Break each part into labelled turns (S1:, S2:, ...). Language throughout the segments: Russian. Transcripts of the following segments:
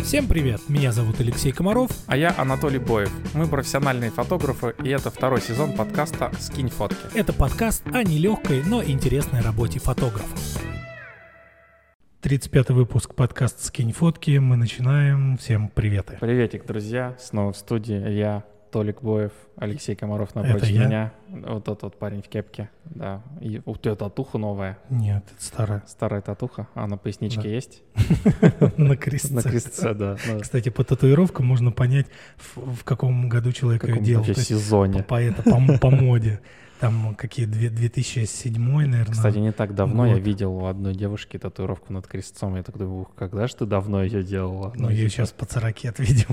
S1: Всем привет, меня зовут Алексей Комаров.
S2: А я Анатолий Боев. Мы профессиональные фотографы, и это второй сезон подкаста «Скинь фотки».
S1: Это подкаст о нелегкой, но интересной работе фотографа. 35 выпуск подкаст «Скинь фотки». Мы начинаем. Всем приветы.
S2: Приветик, друзья. Снова в студии я, Толик Боев, Алексей Комаров напротив
S1: Это я.
S2: меня. Вот тот вот парень в кепке. Да. И у тебя татуха новая.
S1: Нет, это старая.
S2: Старая татуха. А на поясничке
S1: Да.
S2: есть?
S1: На
S2: На
S1: крестце.
S2: крестце, да. Ну,
S1: Кстати, по татуировкам можно понять, в, в каком году человек
S2: В
S1: ее
S2: каком
S1: делал.
S2: вообще
S1: То есть
S2: сезоне.
S1: по, это, по, м- по моде. Там какие две- 2007, наверное.
S2: Кстати, не так давно я
S1: Вот.
S2: видел у одной девушки татуировку над крестцом. Я так думаю, «Ух, когда же ты давно ее делала? типа,
S1: но я ее сейчас по 40 отведем.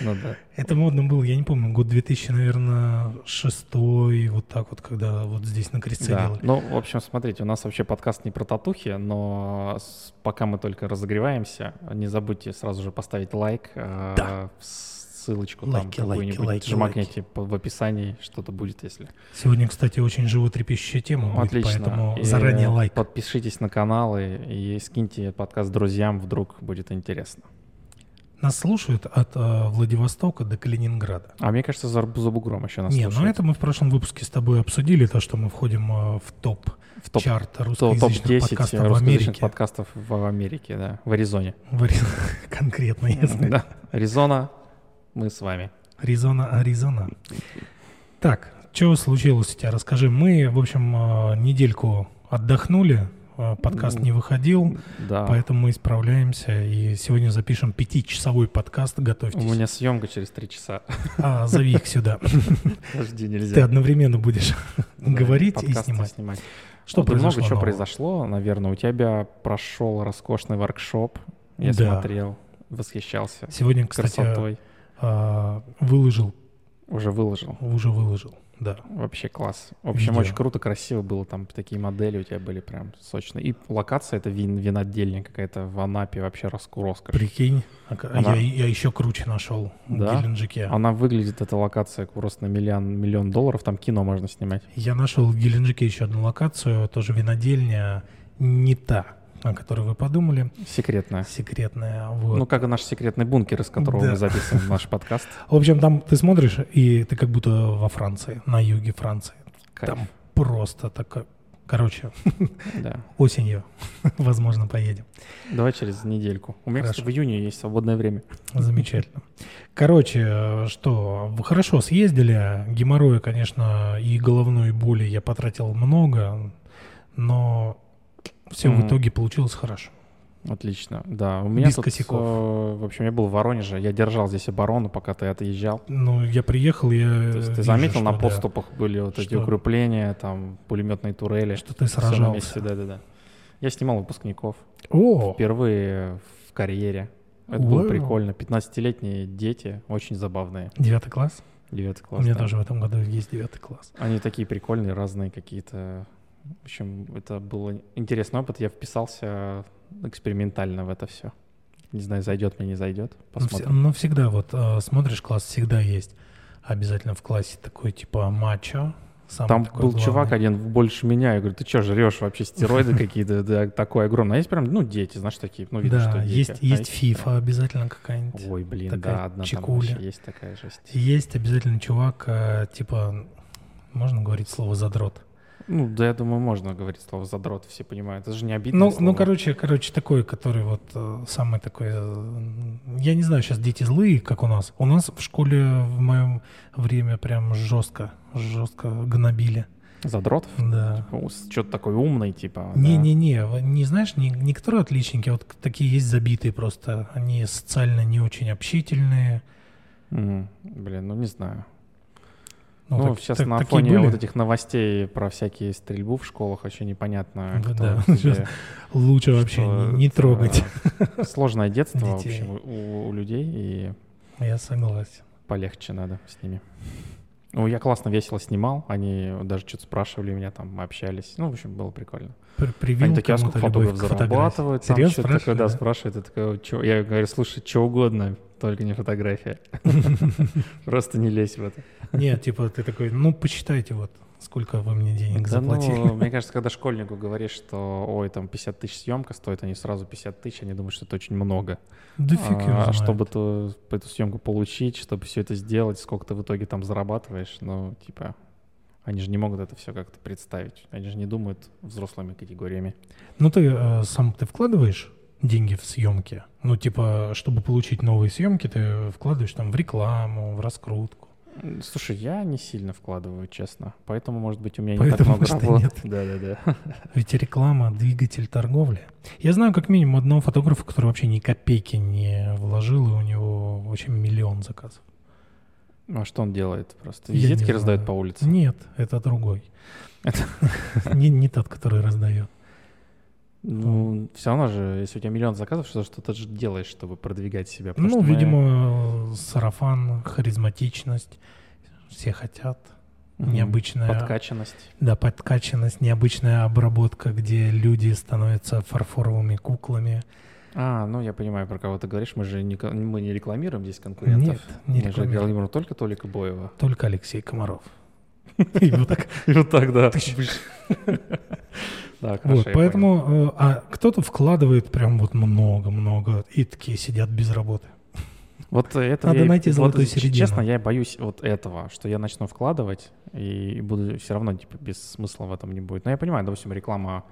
S2: Ну да.
S1: Это модно было, я не помню, год 2000, наверное, шестой, вот так вот, когда вот здесь на крестце
S2: Да.
S1: делали.
S2: Ну, в общем, смотрите, у нас вообще подкаст не про татухи, но с- пока мы только разогреваемся, не забудьте сразу же поставить лайк, э,
S1: Да.
S2: в ссылочку там
S1: Лайки, лайки,
S2: какую-нибудь
S1: лайки,
S2: жмакните по- в описании, что-то будет, если.
S1: Сегодня, кстати, очень животрепещущая тема будет,
S2: Отлично.
S1: поэтому
S2: И,
S1: заранее
S2: э,
S1: лайк.
S2: Подпишитесь на канал и, и скиньте подкаст друзьям, вдруг будет интересно.
S1: Нас слушают от э, Владивостока до Калининграда.
S2: А мне кажется, за, за бугром еще нас
S1: Не, ну
S2: слушают.
S1: это мы в прошлом выпуске с тобой обсудили, то, что мы входим э, в топ-чарт
S2: в топ, топ-
S1: русскоязычных
S2: 10
S1: подкастов в
S2: русскоязычных
S1: Америке.
S2: подкастов в Америке, да, в Аризоне.
S1: В Ари- Конкретно, если.
S2: Да, Аризона, мы с вами.
S1: Аризона, Аризона. Так, что случилось у тебя? Расскажи. Мы, в общем, э, недельку отдохнули, э, подкаст не выходил,
S2: Да.
S1: Ну, поэтому мы исправляемся и сегодня запишем пятичасовой подкаст.
S2: У
S1: Готовьтесь.
S2: меня съемка через три часа.
S1: А, зови их сюда.
S2: Подожди,
S1: Ты
S2: нельзя.
S1: одновременно будешь
S2: Да,
S1: говорить и
S2: подкасты
S1: снимать.
S2: снимать.
S1: Что
S2: Да
S1: произошло?
S2: Много чего
S1: нового?
S2: произошло, наверное. У тебя прошел роскошный воркшоп. Я
S1: Да.
S2: смотрел, восхищался
S1: Сегодня, кстати, а
S2: красотой.
S1: э, выложил,
S2: Уже выложил.
S1: уже выложил, да.
S2: Вообще класс. В общем,
S1: Видео.
S2: очень круто, красиво было. Там такие модели у тебя были прям сочные. И локация — это вин, винодельня какая-то в Анапе. Вообще роск- роскошь.
S1: Прикинь, а к- а я,
S2: Она-
S1: я еще круче нашел в
S2: Да?
S1: Геленджике.
S2: Она выглядит, эта локация, просто на миллион, миллион долларов. Там кино можно снимать.
S1: Я нашел в Геленджике еще одну локацию, тоже винодельня, не та, о которой вы подумали,
S2: Секретная.
S1: секретная. Вот.
S2: Ну, как и наш секретный бункер, из которого
S1: Да.
S2: мы записываем наш подкаст.
S1: В общем, там ты смотришь, и ты как будто во Франции, на юге Франции.
S2: Кайф,
S1: Там просто такое... Короче,
S2: да.
S1: осенью, возможно, поедем.
S2: Давай через недельку. У меня, кстати, в
S1: Хорошо.
S2: июне есть свободное время.
S1: Замечательно. Короче, э, что, вы хорошо съездили. Геморроя, конечно, и головной боли я потратил много, но все в
S2: Мгм.
S1: итоге получилось хорошо.
S2: Отлично, да. У меня
S1: Без
S2: тут,
S1: косяков.
S2: э, в общем, я был в Воронеже, я держал здесь оборону, пока ты отъезжал.
S1: Ну, я приехал, я...
S2: То есть ты
S1: Э, вижу,
S2: заметил,
S1: что,
S2: на
S1: да,
S2: подступах были вот эти
S1: Что?
S2: укрепления, там, пулеметные турели.
S1: что ты
S2: Всё на месте,
S1: сражался.
S2: Да-да-да. Я снимал выпускников.
S1: О,
S2: Впервые в карьере. Это было
S1: Вау.
S2: прикольно. 15-летние дети, очень забавные.
S1: девятый класс?
S2: Девятый класс.
S1: У меня
S2: да.
S1: тоже в этом году есть девятый класс.
S2: Они такие прикольные, разные какие-то. В общем, это был интересный опыт. Я вписался экспериментально в это все. Не знаю, зайдет мне, не зайдет.
S1: Ну, вс-
S2: Посмотрим.
S1: ну, всегда вот э, смотришь класс, всегда есть. Обязательно в классе такой типа мачо. самый
S2: Там
S1: такой
S2: был
S1: главный.
S2: чувак один больше меня. Я говорю, ты что, жрешь вообще стероиды какие-то? Да, такое огромное. А есть прям, ну, дети, знаешь, такие. Ну, видно,
S1: да,
S2: что дети.
S1: есть,
S2: А
S1: есть фифа обязательно какая-нибудь.
S2: Ой, блин,
S1: такая
S2: да, одна там
S1: чикуля.
S2: вообще есть такая жесть.
S1: Есть обязательно чувак, э, типа, можно говорить слово задрот.
S2: Ну, да, я думаю, можно говорить слово задрот, все понимают. Это же не обидно.
S1: Ну, ну, короче, короче, такой, который вот э, самый такой. э, Я не знаю, сейчас дети злые, как у нас. У нас в школе в моем время прям жестко, жестко гнобили.
S2: Задрот?
S1: Да.
S2: Что-то такой умный, типа. да.
S1: Не-не-не, вы не знаешь, не, не которые отличники, а вот такие есть забитые просто. Они социально не очень общительные.
S2: М, Блин, ну не знаю.
S1: Ну,
S2: Ну,
S1: так-
S2: сейчас
S1: так-
S2: на
S1: такие
S2: фоне
S1: были.
S2: вот этих новостей про всякие стрельбу в школах вообще непонятно,
S1: Да, Ну
S2: кто
S1: да.
S2: где,
S1: Сейчас Лучше вообще
S2: что
S1: не, не
S2: это,
S1: трогать.
S2: э, Сложное детство в
S1: Детей.
S2: общем, у, у людей, и
S1: Я согласен.
S2: полегче надо с ними. Ну, я классно весело снимал, они даже что-то спрашивали меня, там, мы общались. Ну, в общем, было прикольно.
S1: При- Привил
S2: Они такие, а
S1: кому-то
S2: сколько
S1: любовь
S2: фотограф
S1: к фотографии.
S2: зарабатывают? Там
S1: Серьезно
S2: что-то такое,
S1: спрашивали,
S2: да,
S1: да?
S2: спрашивают. Я, такой, «Чё?» я говорю, слушай, что угодно, только не фотография. Просто не лезь в это.
S1: Нет, типа ты такой, ну посчитайте вот сколько вы мне денег
S2: Да ну,
S1: заплатили.
S2: мне кажется, когда школьнику говоришь, что, ой, там 50 тысяч съемка стоит, они сразу 50 тысяч, они думают, что это очень много.
S1: да фиг его
S2: А
S1: знает.
S2: чтобы ту- эту съемку получить, чтобы все это сделать, сколько ты в итоге там зарабатываешь, ну, типа, они же не могут это все как-то представить. Они же не думают взрослыми категориями.
S1: Ну ты э, сам ты вкладываешь деньги в съемки? Ну типа, чтобы получить новые съемки, ты вкладываешь там в рекламу, в раскрутку.
S2: М, Слушай, я не сильно вкладываю, честно. Поэтому, может быть, у меня не так
S1: Поэтому,
S2: много
S1: что
S2: работы.
S1: нет.
S2: Да-да-да.
S1: Ведь реклама — двигатель торговли. Я знаю как минимум одного фотографа, который вообще ни копейки не вложил, и у него вообще миллион заказов.
S2: Ну, а что он делает
S1: Я
S2: просто?
S1: не
S2: Визитки раздает
S1: знаю.
S2: по улице?
S1: Нет, это другой.
S2: Это-
S1: Не не тот, который раздает.
S2: Ну, все равно же, если у тебя миллион заказов, что что-то же делаешь, чтобы продвигать себя. потому
S1: Ну,
S2: что мы-
S1: видимо, э, сарафан, харизматичность, все хотят.
S2: Мгм.
S1: Необычная
S2: Подкачанность.
S1: Да, подкачанность, необычная обработка, где люди становятся фарфоровыми куклами.
S2: А, ну я понимаю, про кого ты говоришь. Мы же не, ко- мы не рекламируем здесь конкурентов.
S1: Нет, не
S2: мы же
S1: рекламируем.
S2: рекламируем только Толика Боева.
S1: Только Алексей Комаров. И вот так.
S2: И вот так, да.
S1: Тыщ.
S2: Да, хорошо,
S1: Вот,
S2: я
S1: поэтому, э, а кто-то вкладывает прям вот много-много, и такие сидят без работы.
S2: понял. Вот это
S1: Надо
S2: я и-
S1: найти
S2: вот,
S1: золотую
S2: ч-
S1: середину.
S2: Честно, я боюсь вот этого, что я начну вкладывать и буду все равно типа без смысла в этом не будет. Но я понимаю, допустим, реклама.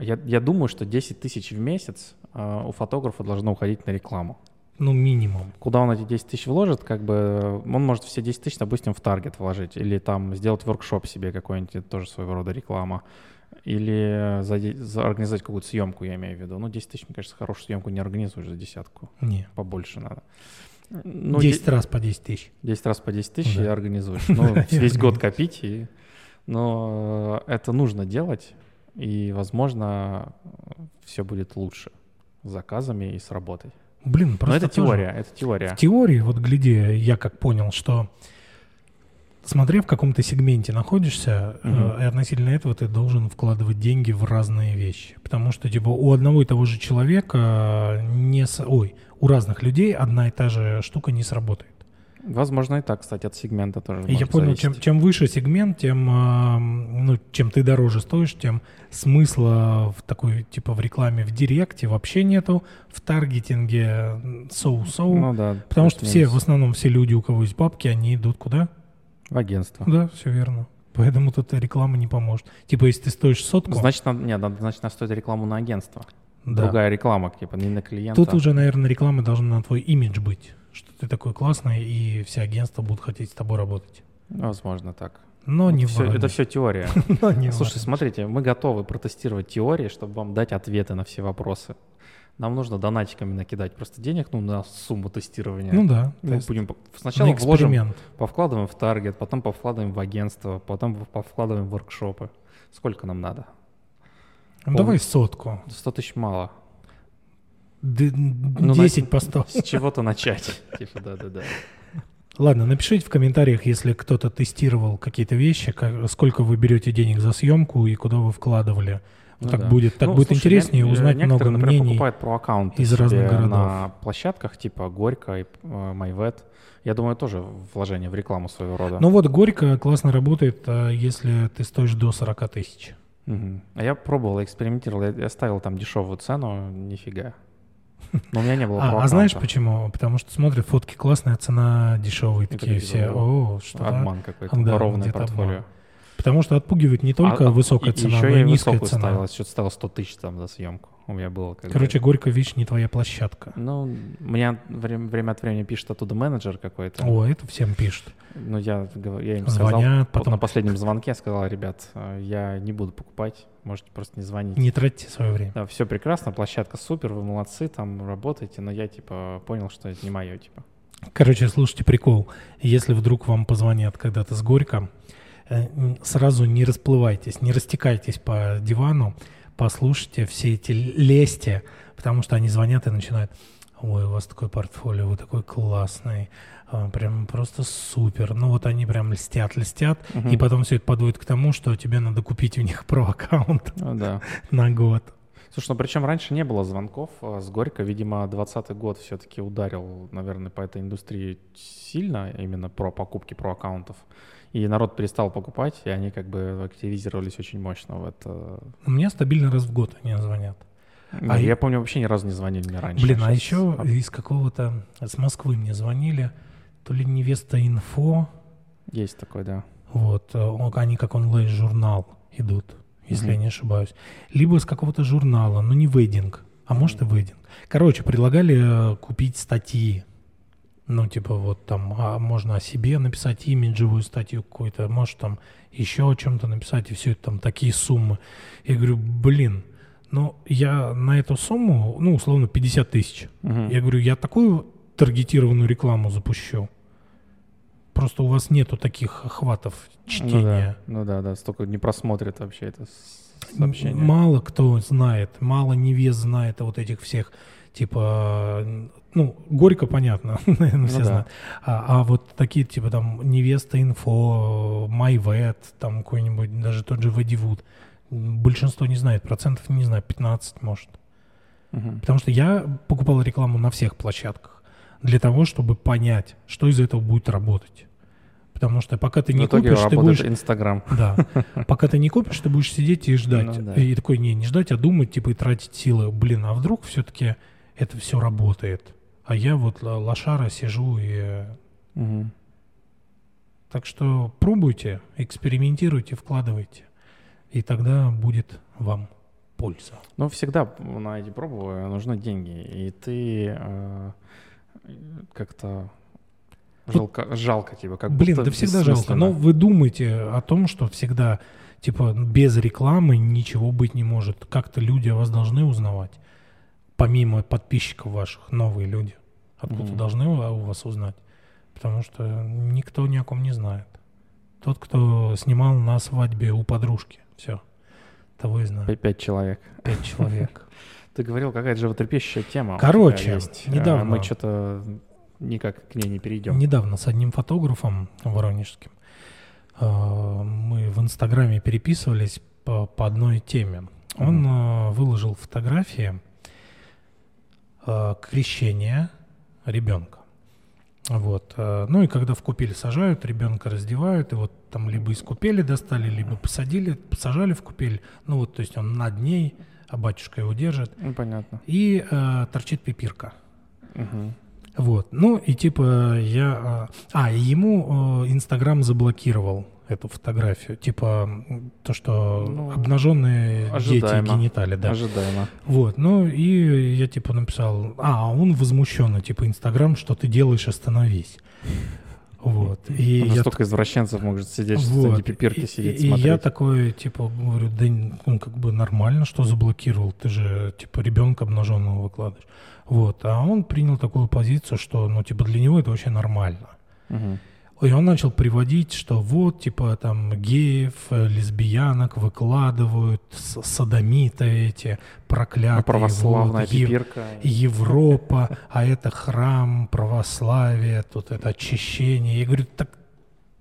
S2: Я, я думаю, что 10 тысяч в месяц а, у фотографа должно уходить на рекламу.
S1: Ну, минимум.
S2: куда он эти 10 тысяч вложит, как бы он может все 10 тысяч, допустим, в таргет вложить, или там сделать воркшоп себе какой-нибудь, это тоже своего рода реклама, или заде- за- организовать какую-то съемку, я имею в виду. Ну, 10 тысяч, мне кажется, хорошую съемку не организуешь за десятку,
S1: Не.
S2: побольше надо. Ну,
S1: 10 раз по 10 тысяч.
S2: 10 раз по 10 тысяч и
S1: Да.
S2: организуешь.
S1: И
S2: Ну, весь год
S1: организуешь.
S2: копить. И... Но э, это нужно делать, и, возможно, все будет лучше с заказами и с работой.
S1: Блин, ну, просто
S2: Но Ну, это
S1: тоже.
S2: теория, это теория.
S1: В теории, вот гляди, я как понял, что смотря в каком ты сегменте находишься, э,
S2: Мгм.
S1: и относительно этого ты должен вкладывать деньги в разные вещи. Потому что, типа, у одного и того же человека э, не... с- Ой, у разных людей одна и та же штука не сработает.
S2: Возможно, и так, кстати, от сегмента тоже.
S1: И я
S2: может
S1: понял,
S2: зависеть.
S1: чем, чем выше сегмент, тем, а, м, ну, чем ты дороже стоишь, тем смысла в такой, типа, в рекламе в директе вообще нету, в таргетинге м, соу-соу.
S2: Ну да.
S1: Потому что все, в
S2: плюс-минус.
S1: основном все люди, у кого есть бабки, они идут куда?
S2: в агентство.
S1: Да, все верно. Поэтому тут и реклама не поможет. Типа, если ты стоишь сотку,
S2: Значит, надо, нет, надо, значит, надо стоит рекламу на агентство.
S1: да.
S2: Другая реклама, типа, не на клиента.
S1: тут уже, наверное, реклама должна на твой имидж быть, что ты такой классный, и все агентства будут хотеть с тобой работать.
S2: Возможно, так.
S1: Но Ну, не
S2: Всё-
S1: воронеж.
S2: это все теория.
S1: Но не
S2: Слушай,
S1: воронеж.
S2: смотрите, мы готовы протестировать теории, чтобы вам дать ответы на все вопросы. Нам нужно донатиками накидать просто денег, ну, на сумму тестирования.
S1: Ну да.
S2: Мы
S1: то есть
S2: будем по-
S1: на
S2: сначала вложим,
S1: эксперимент.
S2: повкладываем в таргет, потом повкладываем в агентство, потом повкладываем в воркшопы. Сколько нам надо?
S1: Ну, Давай сотку.
S2: 100 тысяч мало.
S1: Д-
S2: Ну, на-
S1: 10 по 100.
S2: С чего-то начать. Типа, да-да-да.
S1: Ладно, напишите в комментариях, если кто-то тестировал какие-то вещи, как- сколько вы берете денег за съемку и куда вы вкладывали.
S2: Ну
S1: так
S2: да.
S1: будет, так
S2: Ну,
S1: будет
S2: слушай,
S1: интереснее
S2: не- э,
S1: узнать много
S2: некоторые, например,
S1: мнений.
S2: покупают про аккаунты
S1: из разных
S2: себе
S1: городов.
S2: на площадках типа Горько и э, Майвет. Я думаю, тоже вложение в рекламу своего рода.
S1: Ну вот Горько классно работает, а, если ты стоишь до 40 тысяч.
S2: Мгм. А я пробовал, экспериментировал, я- я ставил там дешевую цену, нифига. Но у меня не было
S1: А,
S2: про
S1: а знаешь
S2: аккаунта.
S1: почему? Потому что смотрят, фотки классные, а цена дешевые.
S2: Это
S1: Такие
S2: видно,
S1: все,
S2: да.
S1: о, что да?»
S2: Обман какой-то,
S1: Да,
S2: воровное
S1: где-то обман.
S2: портфолио.
S1: Потому что отпугивает не только
S2: А- а-
S1: высокая
S2: и- и
S1: цена, но
S2: еще я
S1: и
S2: и
S1: низкая
S2: высокую
S1: цена.
S2: ставил, я что-то ставил 100 тысяч там за съемку. У меня было. когда-
S1: Короче, Горько вещь не твоя площадка.
S2: Ну, мне время, время от времени пишет оттуда менеджер какой-то.
S1: О, это всем пишут.
S2: Ну, я, говор- я им сказал,
S1: Звонят,
S2: Вот
S1: потом
S2: на последнем звонке я сказал, ребят, э, я не буду покупать, можете просто не звонить.
S1: не тратьте свое время.
S2: Да, все прекрасно, площадка супер, вы молодцы, там работаете, но я типа понял, что это не мое, типа.
S1: Короче, слушайте прикол. Если вдруг вам позвонят когда-то с Горько, э, м, сразу не расплывайтесь, не растекайтесь по дивану, послушайте все эти л- лести, потому что они звонят и начинают «Ой, у вас такой портфолио, вы такой классный, а, прям просто супер». Ну вот они прям льстят, льстят, и потом все это подводит к тому, что тебе надо купить у них про-аккаунт
S2: Ну да.
S1: на год.
S2: Слушай, ну причем раньше не было звонков а, с Горько. Видимо, 20 год все-таки ударил, наверное, по этой индустрии сильно, именно про покупки, про аккаунтов. И народ перестал покупать, и они как бы активизировались очень мощно в это.
S1: Мне стабильно раз в год они звонят.
S2: А я помню, вообще ни разу не звонили мне раньше.
S1: Блин, а
S2: Сейчас-
S1: еще из какого-то, с Москвы мне звонили, то ли невеста инфо,
S2: Есть такой, да.
S1: вот, э, о- они как онлайн-журнал идут, если я
S2: Мгм.
S1: не ошибаюсь. Либо из какого-то журнала, но не вейдинг, а может и вейдинг. Короче, предлагали э, купить статьи. Ну, типа, вот там, а можно о себе написать имиджевую статью какую-то, может там еще о чем-то написать, и все это там такие суммы. Я говорю, блин, ну, я на эту сумму, ну, условно, 50 тысяч.
S2: Мгм. Ну
S1: Я говорю, я такую таргетированную рекламу запущу. Просто у вас нету таких охватов
S2: Ну да,
S1: чтения.
S2: ну да, да, столько не просмотрит вообще это с-
S1: М-
S2: сообщение.
S1: Мало кто знает, мало невест знает вот этих всех, типа, н- ну, горько понятно, наверное,
S2: Ну
S1: все
S2: да.
S1: знают. А, а вот такие, типа, там, невеста инфо, майвет, там, какой-нибудь, даже тот же Вадивуд. Большинство не знает, процентов, не знаю, 15, может.
S2: Мгм.
S1: Потому что я покупал рекламу на всех площадках для того, чтобы понять, что из этого будет работать. Потому что пока ты не
S2: В итоге
S1: купишь, ты
S2: работает
S1: будешь...
S2: Инстаграм.
S1: Да. Пока ты не купишь, ты будешь сидеть и ждать.
S2: Ну да.
S1: И такой, не, не ждать, а думать, типа, и тратить силы. Блин, а вдруг все-таки это все работает? А я вот л- лошара сижу и... э,
S2: Мгм.
S1: Так что пробуйте, экспериментируйте, вкладывайте. И тогда будет вам польза.
S2: Ну, всегда на эти пробы нужны деньги. И ты э, как-то жалко, жалко тебе. Как
S1: Блин, да
S2: будто
S1: всегда жалко. Но
S2: бессмысленно.
S1: вы думаете о том, что всегда, типа, без рекламы ничего быть не может. Как-то люди о вас должны узнавать, помимо подписчиков ваших, новые люди. Откуда
S2: Мгм.
S1: должны у у вас узнать? Потому что никто ни о ком не знает. Тот, кто снимал на свадьбе у подружки, все, того и знает.
S2: П- Ну, Пять человек.
S1: Пять человек.
S2: Ты говорил, какая-то животрепещущая тема. у тебя
S1: Короче,
S2: есть.
S1: недавно-
S2: А Мы что-то никак к ней не перейдем.
S1: Недавно с одним фотографом воронежским э, мы в Инстаграме переписывались по, по одной теме. Он э, выложил фотографии э, крещения ребенка. Вот. э, Ну и когда в купель сажают, ребенка раздевают, и вот там либо из купели достали, либо посадили, посажали в купель. Ну вот, то есть он над ней, а батюшка его держит.
S2: Ну, понятно.
S1: И э, торчит пипирка.
S2: Мгм.
S1: Вот. Ну и типа я... А, а, и ему э, Инстаграм заблокировал эту фотографию. Типа м, то, что
S2: Ну,
S1: обнаженные дети
S2: ожидаемо.
S1: генитали, да.
S2: Ожидаемо.
S1: Вот. Ну и я типа написал... А, а он возмущенно, типа Инстаграм, что ты делаешь, остановись. Вот. И
S2: Уже
S1: я
S2: столько извращенцев может сидеть, что
S1: вот.
S2: они пипирки
S1: И-
S2: сидеть,
S1: и,
S2: смотреть.
S1: я такой, типа, говорю, да н- ну, как бы нормально, что заблокировал, ты же, типа, ребенка обнаженного выкладываешь. Вот, а он принял такую позицию, что, ну, типа, для него это вообще нормально.
S2: Мгм.
S1: И он начал приводить, что вот, типа, там, геев, э, лесбиянок выкладывают, с- садомиты эти, проклятые.
S2: Ну, православная
S1: вот, Ев-
S2: пипирка.
S1: Европа, а это храм православия, тут это очищение. Я говорю, так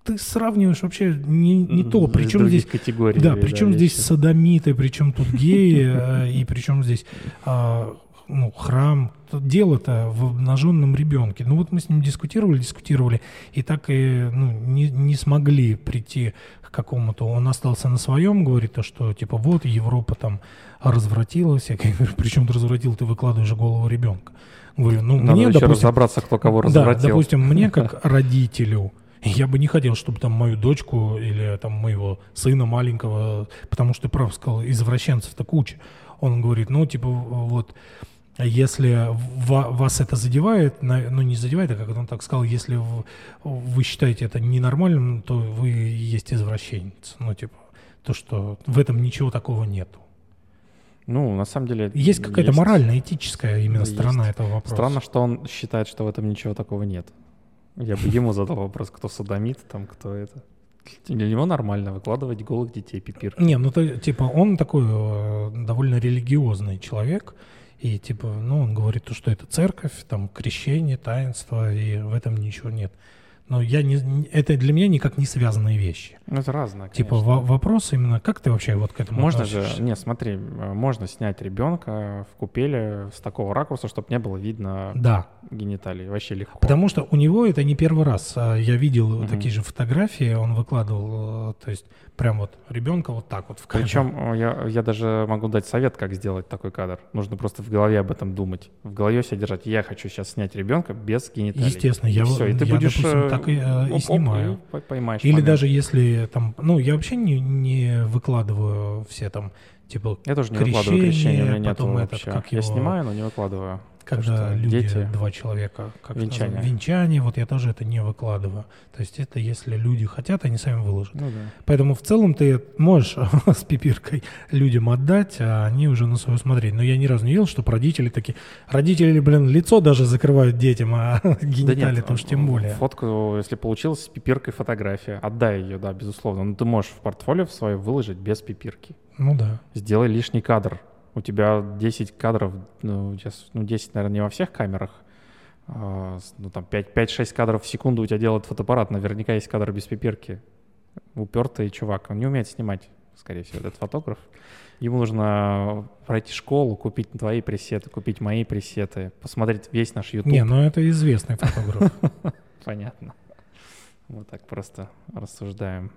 S1: ты сравниваешь вообще не, не то.
S2: М, из
S1: Причем
S2: других
S1: здесь...
S2: категорий.
S1: Да, причем здесь
S2: вещи.
S1: садомиты, причем тут геи, э, и причем здесь а, ну, храм. Тут Дело-то в обнаженном ребенке. Ну вот мы с ним дискутировали, дискутировали, и так и ну, не, не смогли прийти к какому-то. Он остался на своем, говорит, то, что типа вот Европа там развратилась. Я говорю, причем ты развратил, ты выкладываешь голову ребенка. Говорю, ну
S2: Надо
S1: мне,
S2: еще
S1: допустим,
S2: разобраться, кто кого
S1: да,
S2: развратил.
S1: допустим, мне как родителю, я бы не хотел, чтобы там мою дочку или там моего сына маленького, потому что, прав сказал, извращенцев-то куча. Он говорит, ну, типа, вот, если ва- вас это задевает, на- ну, не задевает, а как он так сказал, если в- вы считаете это ненормальным, то вы и есть извращенец. Ну, типа, то, что в этом ничего такого нету.
S2: Ну, на самом деле...
S1: Есть какая-то
S2: есть.
S1: морально-этическая именно
S2: Да,
S1: сторона этого вопроса.
S2: Странно, что он считает, что в этом ничего такого нет. Я бы ему задал вопрос, кто садомит, там, кто это. Для него нормально выкладывать голых детей пипир.
S1: Не, ну то, типа, он такой э, довольно религиозный человек, и типа, ну, он говорит, то, что это церковь, там крещение, таинство, и в этом ничего нет. Но я не, это для меня никак не связанные вещи.
S2: Ну, это разное,
S1: Типа
S2: конечно.
S1: во- вопрос именно, как ты вообще вот к этому
S2: Можно же,
S1: относишься?
S2: не, смотри, э, можно снять ребенка в купеле с такого ракурса, чтобы не было видно
S1: Да,
S2: гениталий. Вообще легко.
S1: потому что у него это не первый раз. А, Я видел
S2: Мгм.
S1: такие же фотографии, он выкладывал, э, то есть прям вот ребенка вот так вот в кадр.
S2: Причем э, я, я даже могу дать совет, как сделать такой кадр. Нужно просто в голове об этом думать. В голове себя держать. Я хочу сейчас снять ребенка без гениталий.
S1: Естественно, я,
S2: Все, и ты
S1: я,
S2: будешь...
S1: допустим,
S2: э,
S1: так и, э, и
S2: оп-оп,
S1: снимаю.
S2: и по- поймаешь
S1: Или
S2: момент.
S1: даже если там, ну, я вообще не, не выкладываю все там, типа,
S2: Я тоже не
S1: крещение,
S2: выкладываю крещение, у меня нет
S1: потом этот,
S2: вообще.
S1: как
S2: Я
S1: его-
S2: снимаю, но не выкладываю.
S1: когда
S2: что
S1: люди,
S2: дети-
S1: два человека, как это
S2: Венчание.
S1: называется? венчание, вот я тоже это не выкладываю. То есть это если люди хотят, они сами выложат.
S2: Ну да.
S1: Поэтому в целом ты можешь с пипиркой людям отдать, а они уже на свое смотреть. Но я ни разу не видел, чтобы родители такие... Родители, блин, лицо даже закрывают детям, а
S2: Да
S1: гениталии
S2: нет,
S1: то уж тем
S2: э,
S1: более.
S2: Фотку, если получилась с пипиркой фотография, отдай ее, да, безусловно. Но ты можешь в портфолио в свое выложить без пипирки.
S1: Ну да.
S2: Сделай лишний кадр. У тебя 10 кадров, ну, сейчас, ну 10, наверное, не во всех камерах. А, с- Ну, там 5-6 кадров в секунду у тебя делает фотоаппарат. Наверняка есть кадр без пипирки. Упертый чувак. Он не умеет снимать, скорее всего, этот фотограф. Ему нужно пройти школу, купить твои пресеты, купить мои пресеты, посмотреть весь наш YouTube.
S1: Не, ну это известный фотограф.
S2: Понятно. Вот так просто рассуждаем.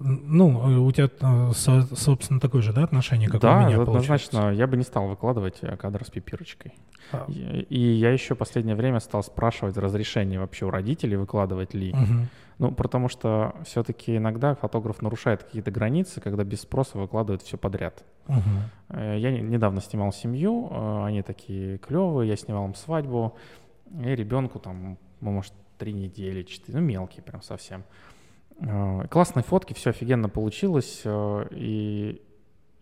S1: Ну, э, у тебя, э, со- собственно, такое же, да, отношение, как
S2: да,
S1: у меня
S2: однозначно.
S1: получается?
S2: Я бы не стал выкладывать э, кадр с пипирочкой.
S1: А,
S2: И, и я еще последнее время стал спрашивать разрешение вообще у родителей выкладывать ли.
S1: мгм.
S2: Ну, потому что все-таки иногда фотограф нарушает какие-то границы, когда без спроса выкладывает все подряд.
S1: Мгм.
S2: Э, Я не- недавно снимал семью, э, они такие клевые, я снимал им свадьбу, и ребенку там, ну, может, три недели, четыре, ну, мелкие прям совсем. Э, Классные фотки, все офигенно получилось, э, и,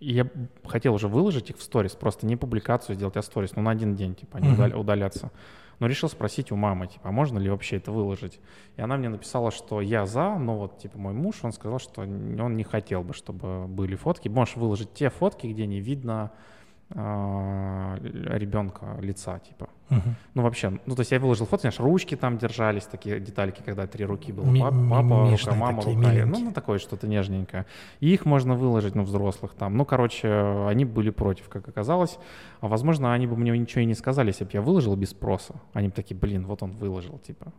S2: и я б- хотел уже выложить их в сторис, просто не публикацию сделать, а сторис, ну, на один день, типа, они
S1: Мгм.
S2: удаля- удалятся. Но решил спросить у мамы, типа, а можно ли вообще это выложить? И она мне написала, что я за, но вот, типа, мой муж, он сказал, что н- он не хотел бы, чтобы были фотки. Можешь выложить те фотки, где не видно а, л- ребенка, лица, типа.
S1: Мгм.
S2: Ну, вообще, ну, то есть я выложил фото, знаешь, ручки там держались, такие детальки, когда три руки было.
S1: Ми-
S2: Пап-
S1: ми-
S2: Папа, рука,
S1: мимишные
S2: мама,
S1: такие,
S2: рука. И, Ну,
S1: миленькие.
S2: ну, такое что-то нежненькое. И их можно выложить, ну, взрослых там. Ну, короче, они были против, как оказалось. А, возможно, они бы мне ничего и не сказали, если бы я выложил без спроса. Они бы такие, блин, вот он выложил, типа.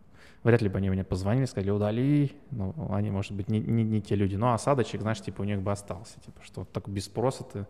S2: Вряд ли бы они мне позвонили, сказали, удали. Ну, они, может быть, не, не- не те люди. Но осадочек, знаешь, типа, у них бы остался. Типа, что вот так без спроса ты...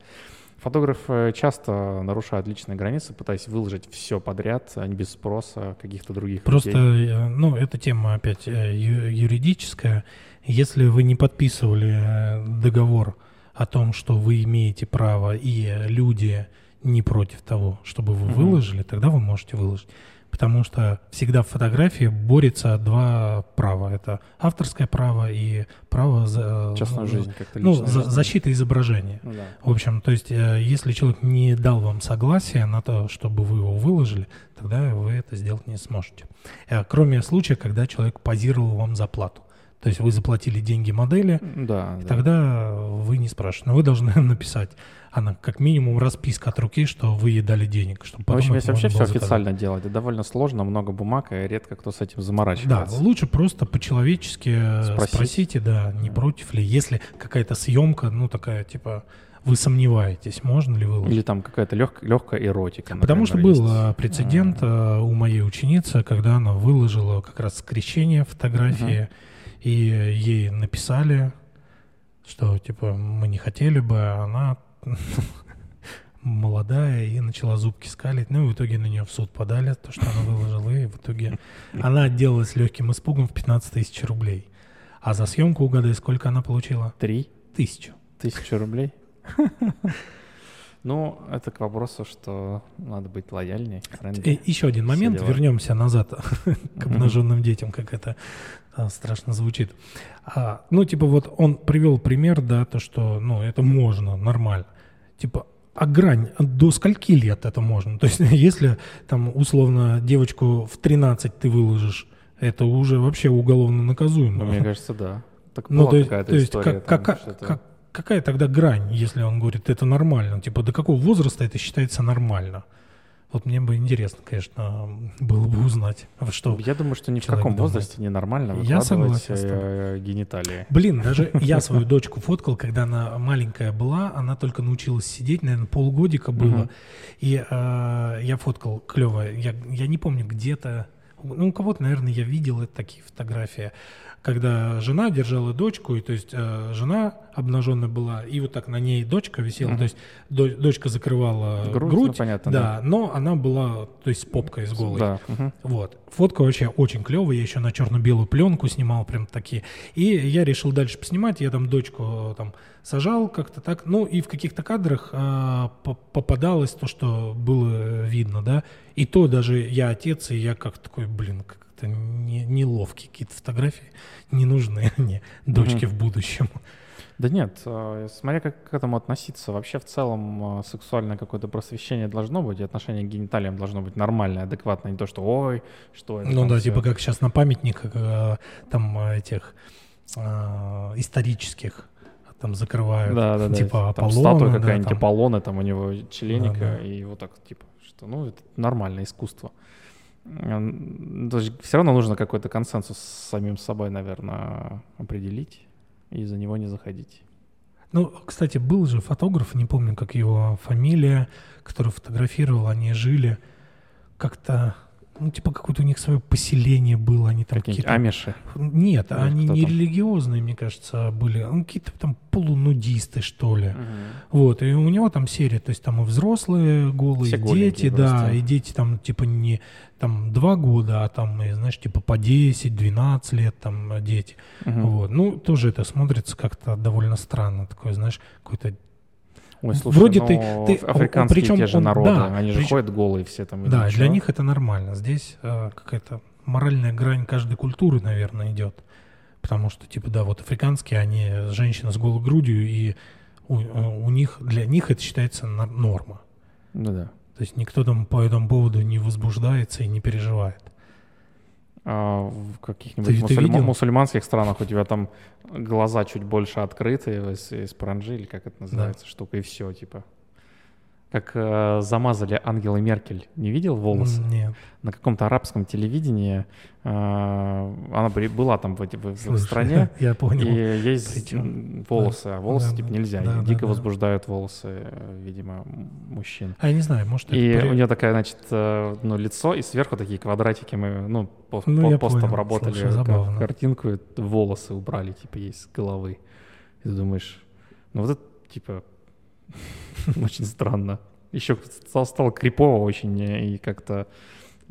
S2: Фотографы э, часто нарушают личные границы, пытаясь выложить все подряд, а не без спроса каких-то других
S1: Просто,
S2: людей.
S1: э, ну, эта тема опять э, ю- юридическая. Если вы не подписывали э, договор о том, что вы имеете право, и э, люди не против того, чтобы вы
S2: Мгм.
S1: выложили, тогда вы можете выложить. Потому что всегда в фотографии борется два права. Это авторское право и право за,
S2: Частную
S1: ну,
S2: жизнь как-то
S1: Ну,
S2: личную
S1: за-
S2: жизнь.
S1: защита изображения.
S2: Ну да.
S1: В общем, то есть, э, если человек не дал вам согласия на то, чтобы вы его выложили, тогда вы это сделать не сможете. Э, Кроме случая, когда человек позировал вам за плату. То есть вы заплатили деньги модели,
S2: Да,
S1: и
S2: да.
S1: тогда вы не спрашиваете. Но вы должны написать, она как минимум расписка от руки, что вы ей дали денег, чтобы
S2: В
S1: потом
S2: общем,
S1: это
S2: если вообще все
S1: можно было заказать.
S2: официально делать, это довольно сложно, много бумаг, и редко кто с этим заморачивается.
S1: Да, лучше просто по-человечески э,
S2: Спросить.
S1: спросите, да, не
S2: Да.
S1: против ли, если какая-то съемка, ну такая, типа, вы сомневаетесь, можно ли выложить.
S2: Или там какая-то легкая эротика.
S1: Потому что
S2: например,
S1: был
S2: есть. А.
S1: э, прецедент э, у моей ученицы, когда она выложила как раз скрещение фотографии, и э, ей написали, что типа мы не хотели бы, а она молодая и начала зубки скалить. Ну и в итоге на нее в суд подали, то, что она выложила, и в итоге она отделалась легким испугом в 15 тысяч рублей. А за съемку, угадай, сколько она получила?
S2: Три
S1: Тысячу.
S2: тысячи рублей. Ну, это к вопросу, что надо быть лояльнее.
S1: И еще Э, один
S2: Все
S1: момент,
S2: дела.
S1: вернемся назад к обнаженным детям, как это а, страшно звучит. А, ну, типа, вот он привел пример, да, то, что, ну, это можно, нормально. Типа, а грань, а до скольки лет это можно? То есть, если, там, условно, девочку в 13 ты выложишь, это уже вообще уголовно наказуемо.
S2: Ну, мне кажется, да. Так
S1: Ну,
S2: была
S1: то есть,
S2: какая-то
S1: то есть
S2: история.
S1: как-
S2: там,
S1: как-
S2: что-то.
S1: как- какая тогда грань, если он говорит, это нормально? Типа, до какого возраста это считается нормально? Вот мне бы интересно, конечно, было бы узнать, во что.
S2: Я думаю, что ни в
S1: человек
S2: каком
S1: думает.
S2: возрасте ненормально
S1: Я
S2: выкладывать
S1: согласен с
S2: э, гениталии.
S1: Блин, даже я свою дочку фоткал, когда она маленькая была, она только научилась сидеть, наверное, полгодика было.
S2: Мгм.
S1: И а, я фоткал клево. Я, я не помню, где-то. Ну, у кого-то, наверное, я видел это, такие фотографии, когда жена держала дочку, и то есть э, жена обнаженная была, и вот так на ней дочка висела,
S2: Мгм.
S1: то есть до- дочка закрывала
S2: Грудь, ну,
S1: Э, грудь,
S2: понятно,
S1: да, но она была, то есть с попкой, с голой.
S2: Да. мгм.
S1: Вот. Фотка вообще очень клевая. Я еще на черно-белую пленку снимал прям такие. И я решил дальше поснимать. Я там дочку э, там сажал как-то так. Ну и в каких-то кадрах а, по- попадалось то, что было э, видно, да. И то даже я отец, и я как такой, блин, как-то не- неловкий. Какие-то фотографии не нужны мне, дочке в будущем.
S2: Да нет, э, смотря как к этому относиться. Вообще в целом э, сексуальное какое-то просвещение должно быть, и отношение к гениталиям должно быть нормальное, адекватное, не то, что ой, что это.
S1: Ну
S2: там
S1: да,
S2: всё».
S1: типа как сейчас на памятниках э, там э, этих э, исторических там закрывают.
S2: Да, да, да.
S1: Типа
S2: Там
S1: Аполлона.
S2: статуя
S1: да,
S2: какая-нибудь типа
S1: там.
S2: Аполлона, там у него членика,
S1: Да, да.
S2: и вот так, типа, что, ну, это нормальное искусство. М, То есть все равно нужно какой-то консенсус с самим собой, наверное, определить и за него не заходить.
S1: Ну, кстати, был же фотограф, не помню, как его фамилия, который фотографировал, они жили как-то, ну, типа какое-то у них свое поселение было, они там
S2: Какие-нибудь
S1: какие-то...
S2: амиши.
S1: Нет,
S2: Или
S1: они
S2: кто
S1: не
S2: там?
S1: религиозные, мне кажется, были, ну, какие-то там полунудисты, что ли. Вот, и у него там серия, то есть там и взрослые голые,
S2: Все
S1: и дети,
S2: голенькие
S1: да,
S2: просто.
S1: и дети там типа не там два года, а там, и, знаешь, типа по 10-12 лет там э, дети.
S2: Мгм.
S1: Вот. Ну, тоже это смотрится как-то довольно странно. Такое, знаешь, какой-то...
S2: Ой, слушай,
S1: Вроде
S2: ну,
S1: ты-
S2: аф-
S1: ты- о-
S2: африканские
S1: причем
S2: те же
S1: он-
S2: народы,
S1: да,
S2: они же
S1: причем-
S2: ходят голые все там. и
S1: Да,
S2: ничего.
S1: для них это нормально. Здесь э, какая-то моральная грань каждой культуры, наверное, идет. Потому что, типа, да, вот африканские, они женщины с голой грудью, и у, э, у них, для них это считается на- норма.
S2: Ну да.
S1: То есть никто там по этому поводу не возбуждается и не переживает.
S2: А в
S1: Ты-
S2: каких-нибудь
S1: ты
S2: мусульма-
S1: видел?
S2: мусульманских странах у тебя там глаза чуть больше открыты из, из паранджи, или как это называется, штука, и все, типа. Как э, замазали Ангела Меркель. Не видел волосы?
S1: М, Нет.
S2: На каком-то арабском телевидении э, она при- была там в, эти- в- в
S1: Слушай,
S2: стране,
S1: Я
S2: и
S1: понял.
S2: ей с-
S1: Причём-
S2: м, волосы, а волосы
S1: да,
S2: типа
S1: да,
S2: нельзя.
S1: да,
S2: и
S1: да,
S2: дико
S1: да.
S2: возбуждают волосы, э, видимо, м- мужчин.
S1: А я не знаю, может, это...
S2: И
S1: при-
S2: у нее такая, значит, э, ну, лицо, и сверху такие квадратики мы, ну, по-
S1: Ну,
S2: по-
S1: я
S2: пост
S1: понял.
S2: обработали
S1: Слушай,
S2: ка-
S1: забавно.
S2: картинку, и волосы убрали, типа, есть с головы. И ты думаешь, ну, вот это, типа, очень странно. Еще стало, стало крипово очень э, и как-то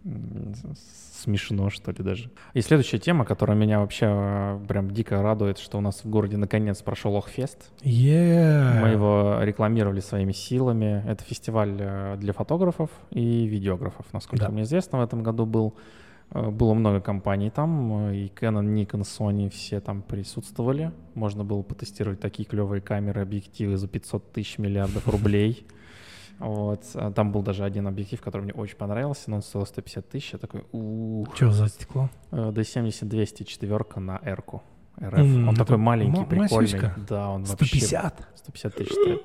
S2: м, с- смешно, что ли, даже. И следующая тема, которая меня вообще э, прям дико радует, что у нас в городе наконец прошел Охфест.
S1: Yeah.
S2: Мы его рекламировали своими силами. Это фестиваль э, для фотографов и видеографов, насколько
S1: Да.
S2: мне известно, в этом году был. Э, Было много компаний там, э, и Canon, Nikon, Sony все там присутствовали. Можно было потестировать такие клевые камеры, объективы за 500 тысяч миллиардов рублей. Вот. А Там был даже один объектив, который мне очень понравился, но он стоил 150 тысяч. Я такой, ух. Э,
S1: Что за стекло?
S2: D70-200 четверка на R-ку. RF.
S1: М,
S2: он
S1: это
S2: такой маленький,
S1: ма-
S2: прикольный.
S1: масюська?
S2: Да, он вообще
S1: 150?
S2: 150 тысяч стоит.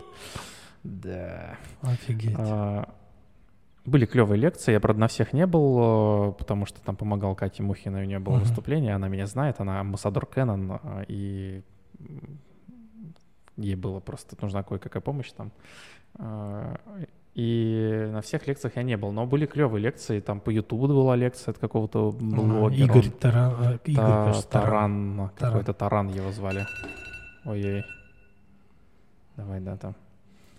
S2: Да.
S1: Офигеть.
S2: А, Были клевые лекции, я, правда, на всех не был, э, потому что там помогал Кате Мухиной, у нее было
S1: Мгм.
S2: выступление, она меня знает, она амбассадор Кэнон, а, и м, ей было просто нужна кое-какая помощь там. А, И на всех лекциях я не был, но были клевые лекции, там по Ютубу была лекция от какого-то
S1: А,
S2: блогера.
S1: Игорь Таран. э, Игорь,
S2: Та-
S1: кажется, Таран.
S2: Таран, какой-то Таран его звали. Ой-ой. Давай, да, там.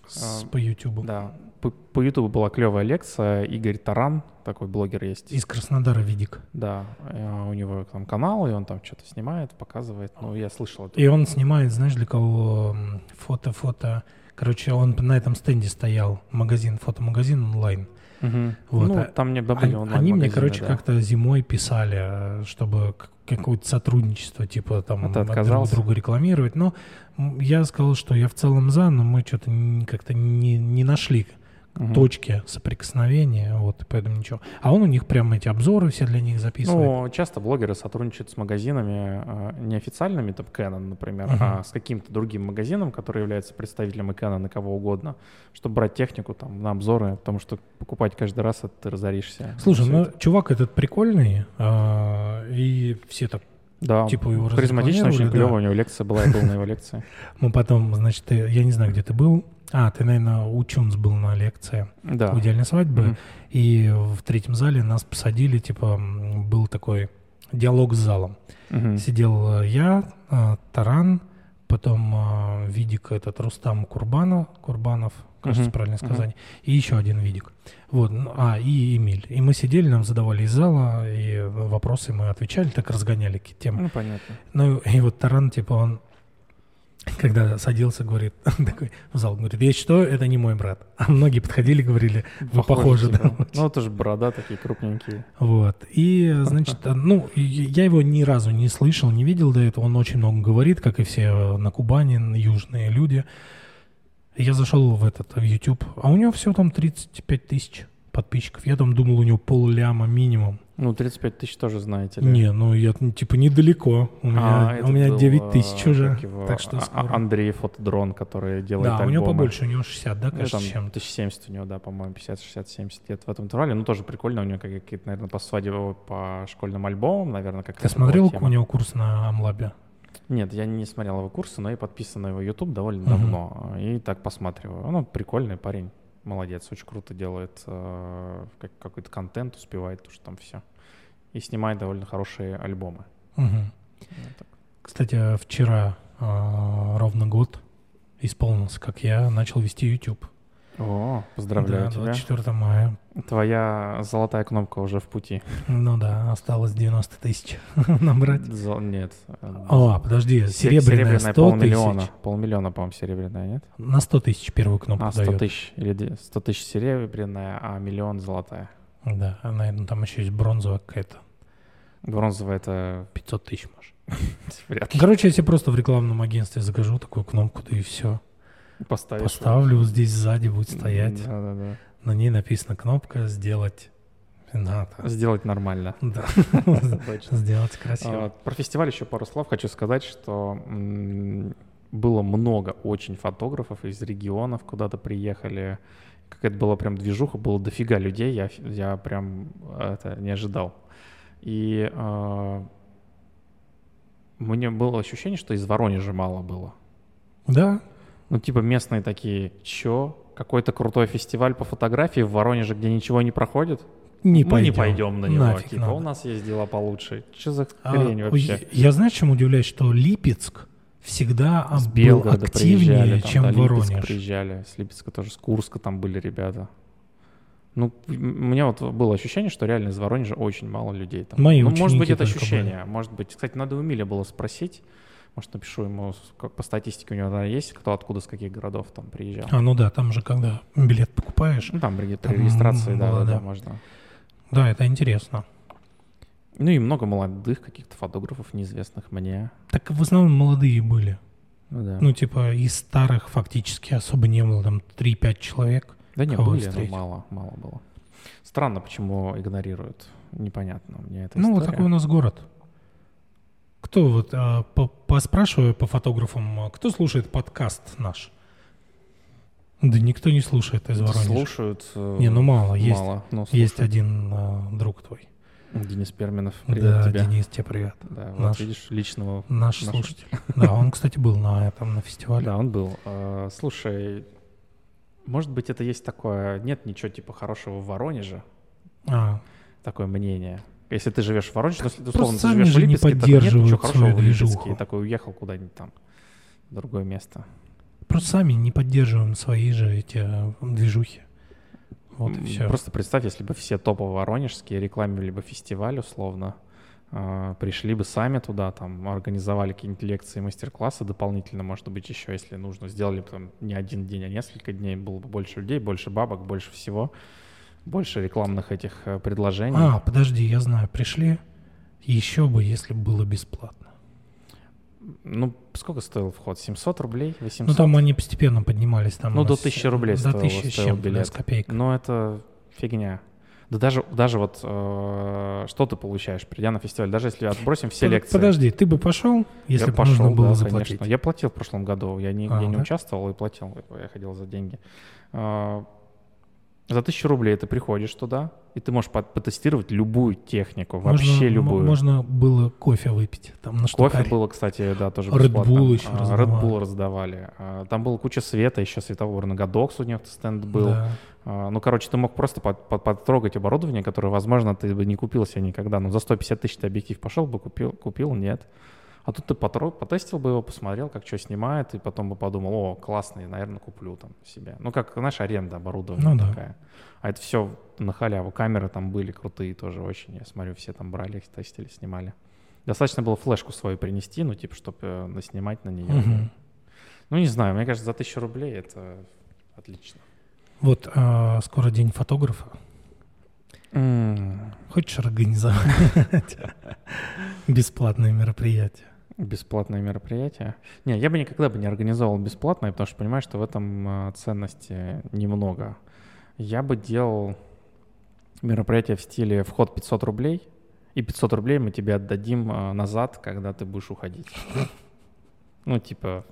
S1: С-
S2: А,
S1: По Ютубу.
S2: Да. П- По Ютубу была клевая лекция. Игорь Таран, такой блогер есть.
S1: Из Краснодара Видик.
S2: Да, э, у него там канал, и он там что-то снимает, показывает. Ну, я слышал это.
S1: И он снимает, знаешь, для кого м, фото-фото. Короче, он на этом стенде стоял. Магазин, фотомагазин онлайн.
S2: Мгм.
S1: Вот,
S2: ну,
S1: а-
S2: там не
S1: Они,
S2: добавили онлайн
S1: они мне, короче,
S2: да.
S1: как-то зимой писали, э, чтобы к- какое-то сотрудничество, типа
S2: А
S1: там
S2: ты
S1: друг
S2: отказался?
S1: друга рекламировать. Но м, я сказал, что я в целом за, но мы что-то как-то не, не нашли
S2: Мгм.
S1: точки соприкосновения, вот, и поэтому ничего. А он у них прям эти обзоры все для них записывает.
S2: Ну, часто блогеры сотрудничают с магазинами а, не официальными, там Canon, например,
S1: Мгм.
S2: а с каким-то другим магазином, который является представителем и Canon, и кого угодно, чтобы брать технику там на обзоры, потому что покупать каждый раз это ты разоришься.
S1: Слушай,
S2: Всё
S1: ну,
S2: это.
S1: чувак этот прикольный, а, и все так,
S2: да,
S1: типа его
S2: харизматично,
S1: разрекламировали,
S2: очень
S1: да.
S2: клево, у него лекция была, я был на его лекции.
S1: Мы потом, значит, ты- я не знаю, где ты был. А, ты, наверное, у Чунс был на лекции
S2: Да.
S1: у идеальной свадьбы.
S2: Мгм.
S1: И в третьем зале нас посадили, типа, м, был такой диалог с залом.
S2: Мгм.
S1: Сидел э, я, э, Таран, потом э, Видик этот Рустам Курбанов, Курбанов, кажется,
S2: Мгм,
S1: правильно
S2: мгм.
S1: сказание, и еще один Видик. Вот, ну, а, и Эмиль. И мы сидели, нам задавали из зала, и вопросы мы отвечали, так разгоняли какие-то темы.
S2: Ну, понятно.
S1: Ну, и вот Таран, типа, он, когда садился, говорит, такой в зал, говорит, я что, это не мой брат. А многие подходили, говорили, вы похожи,
S2: Похоже,
S1: да.
S2: типа. Ну, это же борода такие крупненькие.
S1: Вот. И, значит, ну, и я его ни разу не слышал, не видел до этого. Он очень много говорит, как и все э, на Кубани, южные люди. Я зашел в этот, в YouTube, а у него всего там 35 тысяч подписчиков. Я там думал, у него полляма минимум.
S2: Ну, 35 тысяч тоже знаете ли.
S1: Не, ну я ну, типа недалеко. У
S2: А,
S1: меня,
S2: это
S1: у меня
S2: был,
S1: 9 тысяч
S2: э,
S1: уже.
S2: как его,
S1: Так что
S2: а- а-
S1: скоро.
S2: Андрей Фотодрон, который делает
S1: Да, у него
S2: альбомы.
S1: побольше, у него 60, да,
S2: Ну,
S1: кажется,
S2: там
S1: чем-то.
S2: 1070 у него, да, по-моему, 50, 60, 70 лет в этом турале. Ну, тоже прикольно. У него как- какие-то, наверное, по свадеб- по школьным альбомам, наверное, как
S1: Ты смотрел у него курс на Амлабе?
S2: Нет, я не смотрел его курсы, но и подписан на его YouTube довольно
S1: Мгм.
S2: давно. И так посматриваю. Ну, прикольный парень. Молодец, очень круто делает э, как- какой-то контент, успевает уже там все. И снимает довольно хорошие альбомы.
S1: Мгм.
S2: Вот так.
S1: Кстати, вчера а, ровно год исполнился, как я начал вести YouTube.
S2: О, поздравляю
S1: да, ну,
S2: тебя.
S1: 24 мая.
S2: Твоя золотая кнопка уже в пути.
S1: Ну да, осталось 90 тысяч набрать.
S2: Зо- Нет. э,
S1: О, подожди, серебряная 100
S2: полмиллиона.
S1: тысяч.
S2: Полмиллиона, по-моему, серебряная, нет?
S1: На 100 тысяч первую кнопку
S2: А, 100
S1: дает.
S2: тысяч. Или де- 100 тысяч серебряная, а миллион золотая.
S1: Да, наверное, там еще есть бронзовая какая-то.
S2: Бронзовая — это
S1: 500 тысяч, может.
S2: вряд ли
S1: Короче, я себе просто в рекламном агентстве закажу такую кнопку, да и все.
S2: поставишь.
S1: Поставлю вот здесь сзади, будет стоять.
S2: Да-да-да.
S1: На ней написана кнопка «Сделать надо».
S2: Сделать нормально.
S1: Да.
S2: Точно.
S1: Сделать красиво.
S2: А, Про фестиваль еще пару слов. Хочу сказать, что м, было много очень фотографов из регионов, куда-то приехали. Какая-то была прям движуха, было дофига людей, я, ф- я прям э, это не ожидал. И а, мне было ощущение, что из Воронежа мало было.
S1: Да,
S2: Ну, типа местные такие, чё? Какой-то крутой фестиваль по фотографии в Воронеже, где ничего не проходит?
S1: не
S2: Мы
S1: пойдем.
S2: не пойдем на него.
S1: Нафиг
S2: типа,
S1: надо.
S2: у нас есть дела получше. Че за
S1: А,
S2: хрень вообще?
S1: я- Я знаешь, чем удивляюсь, что Липецк всегда а,
S2: С
S1: был
S2: Белгорода приезжали,
S1: активнее,
S2: там,
S1: чем
S2: да, Липецк
S1: Воронеж.
S2: приезжали, с Липецка тоже, с Курска там были ребята. Ну, м- у меня вот было ощущение, что реально из Воронежа очень мало людей там.
S1: Мои
S2: ну, может быть,
S1: ученики
S2: это
S1: только
S2: ощущение, может быть. Кстати, надо у Миля было спросить, может, напишу ему, с- как по статистике у него, наверное, есть, кто откуда, с каких городов там приезжал.
S1: А ну да, там же когда билет покупаешь,
S2: Ну, там реги- при
S1: Там
S2: регистрации, да,
S1: мало,
S2: да, да,
S1: да.
S2: можно.
S1: да, это интересно.
S2: Ну и много молодых каких-то фотографов, неизвестных мне.
S1: Так в основном молодые были.
S2: Ну да.
S1: Ну типа из старых фактически особо не было, там 3-5 человек.
S2: Да не,
S1: Кого
S2: были, но
S1: встретил?
S2: мало, мало было. Странно, почему игнорируют. Непонятно мне это
S1: ну вот такой у нас город. Кто вот, а, по- поспрашиваю по фотографам, а, кто слушает подкаст наш? Да никто не слушает из Воронежа.
S2: Слушают. э,
S1: Не, ну мало, есть.
S2: мало, но
S1: Есть
S2: слушают.
S1: один а, друг твой.
S2: Денис Перминов. Привет
S1: да,
S2: тебе.
S1: Денис, тебе привет.
S2: Да, вот
S1: наш.
S2: видишь, личного.
S1: Наш
S2: Наш.
S1: слушатель. Да, он, кстати, был на этом на фестивале.
S2: Да, он был. Э, Слушай, может быть, это есть такое... Нет ничего типа хорошего в Воронеже,
S1: А,
S2: такое мнение. Если ты живешь в Воронеже, ну, если ты,
S1: Просто
S2: условно, ты
S1: сами
S2: живешь в
S1: же не
S2: Липецке, так нет ничего
S1: поддерживают
S2: хорошего
S1: свою
S2: в Липецке.
S1: движуху.
S2: И такой уехал куда-нибудь там, в другое место.
S1: просто сами не поддерживаем свои же эти э, движухи. Вот и
S2: М,
S1: все.
S2: Просто представь, если бы все топовые воронежские рекламировали бы фестиваль условно, а, пришли бы сами туда, там, организовали какие-нибудь лекции, мастер-классы дополнительно, может быть, еще, если нужно, сделали бы там не один день, а несколько дней, было бы больше людей, больше бабок, больше всего, больше рекламных этих э, предложений.
S1: А, подожди, я знаю, пришли. Еще бы, если бы было бесплатно.
S2: Ну, сколько стоил вход? 700 рублей? 800?
S1: Ну, там они постепенно поднимались. Там
S2: Ну,
S1: у
S2: до
S1: нас,
S2: 1000 рублей
S1: э,
S2: стоило-
S1: До 1000 с
S2: стоил
S1: чем-то, да,
S2: билет. Ну,
S1: с копейкой.
S2: Но это фигня. Да даже, даже вот э, что ты получаешь, придя на фестиваль, даже если отбросим все
S1: Под-
S2: лекции.
S1: Подожди, ты бы пошел, если
S2: я
S1: бы нужно
S2: пошел,
S1: было
S2: да,
S1: заплатить.
S2: конечно. Я платил в прошлом году, я не,
S1: А,
S2: я не
S1: да?
S2: участвовал и платил, я ходил за деньги. А, За тысячу рублей ты приходишь туда, и ты можешь пот- потестировать любую технику,
S1: можно,
S2: вообще
S1: м-
S2: любую.
S1: Можно было кофе выпить. Там на
S2: Кофе
S1: штукаре.
S2: было, кстати, да, тоже
S1: Red
S2: бесплатно.
S1: Bull еще
S2: А,
S1: раздавали.
S2: Red Bull раздавали. А, Там была куча света, еще светофор на Годокс у них стенд был.
S1: Да.
S2: А, Ну, короче, ты мог просто под- под- подтрогать оборудование, которое, возможно, ты бы не купил себе никогда. Ну, за 150 тысяч ты объектив пошел бы, купил, купил, нет. А тут ты потро- потестил бы его, посмотрел, как что снимает, и потом бы подумал, о, классный, наверное, куплю там себе. Ну, как, знаешь, аренда оборудования
S1: Ну да.
S2: такая. А это все на халяву. Камеры там были крутые тоже очень. Я смотрю, все там брали, их тестили, снимали. Достаточно было флешку свою принести, ну, типа, чтобы наснимать на нее.
S1: Мгм.
S2: Ну, не знаю, мне кажется, за тысячу рублей это отлично.
S1: Вот а, скоро день фотографа. Хочешь организовать бесплатное мероприятие?
S2: Бесплатное мероприятие? Не, я бы никогда бы не организовал бесплатное, потому что понимаю, что в этом э, ценности немного. Я бы делал мероприятие в стиле «вход 500 рублей», и 500 рублей мы тебе отдадим э, назад, когда ты будешь уходить. Ну, типа,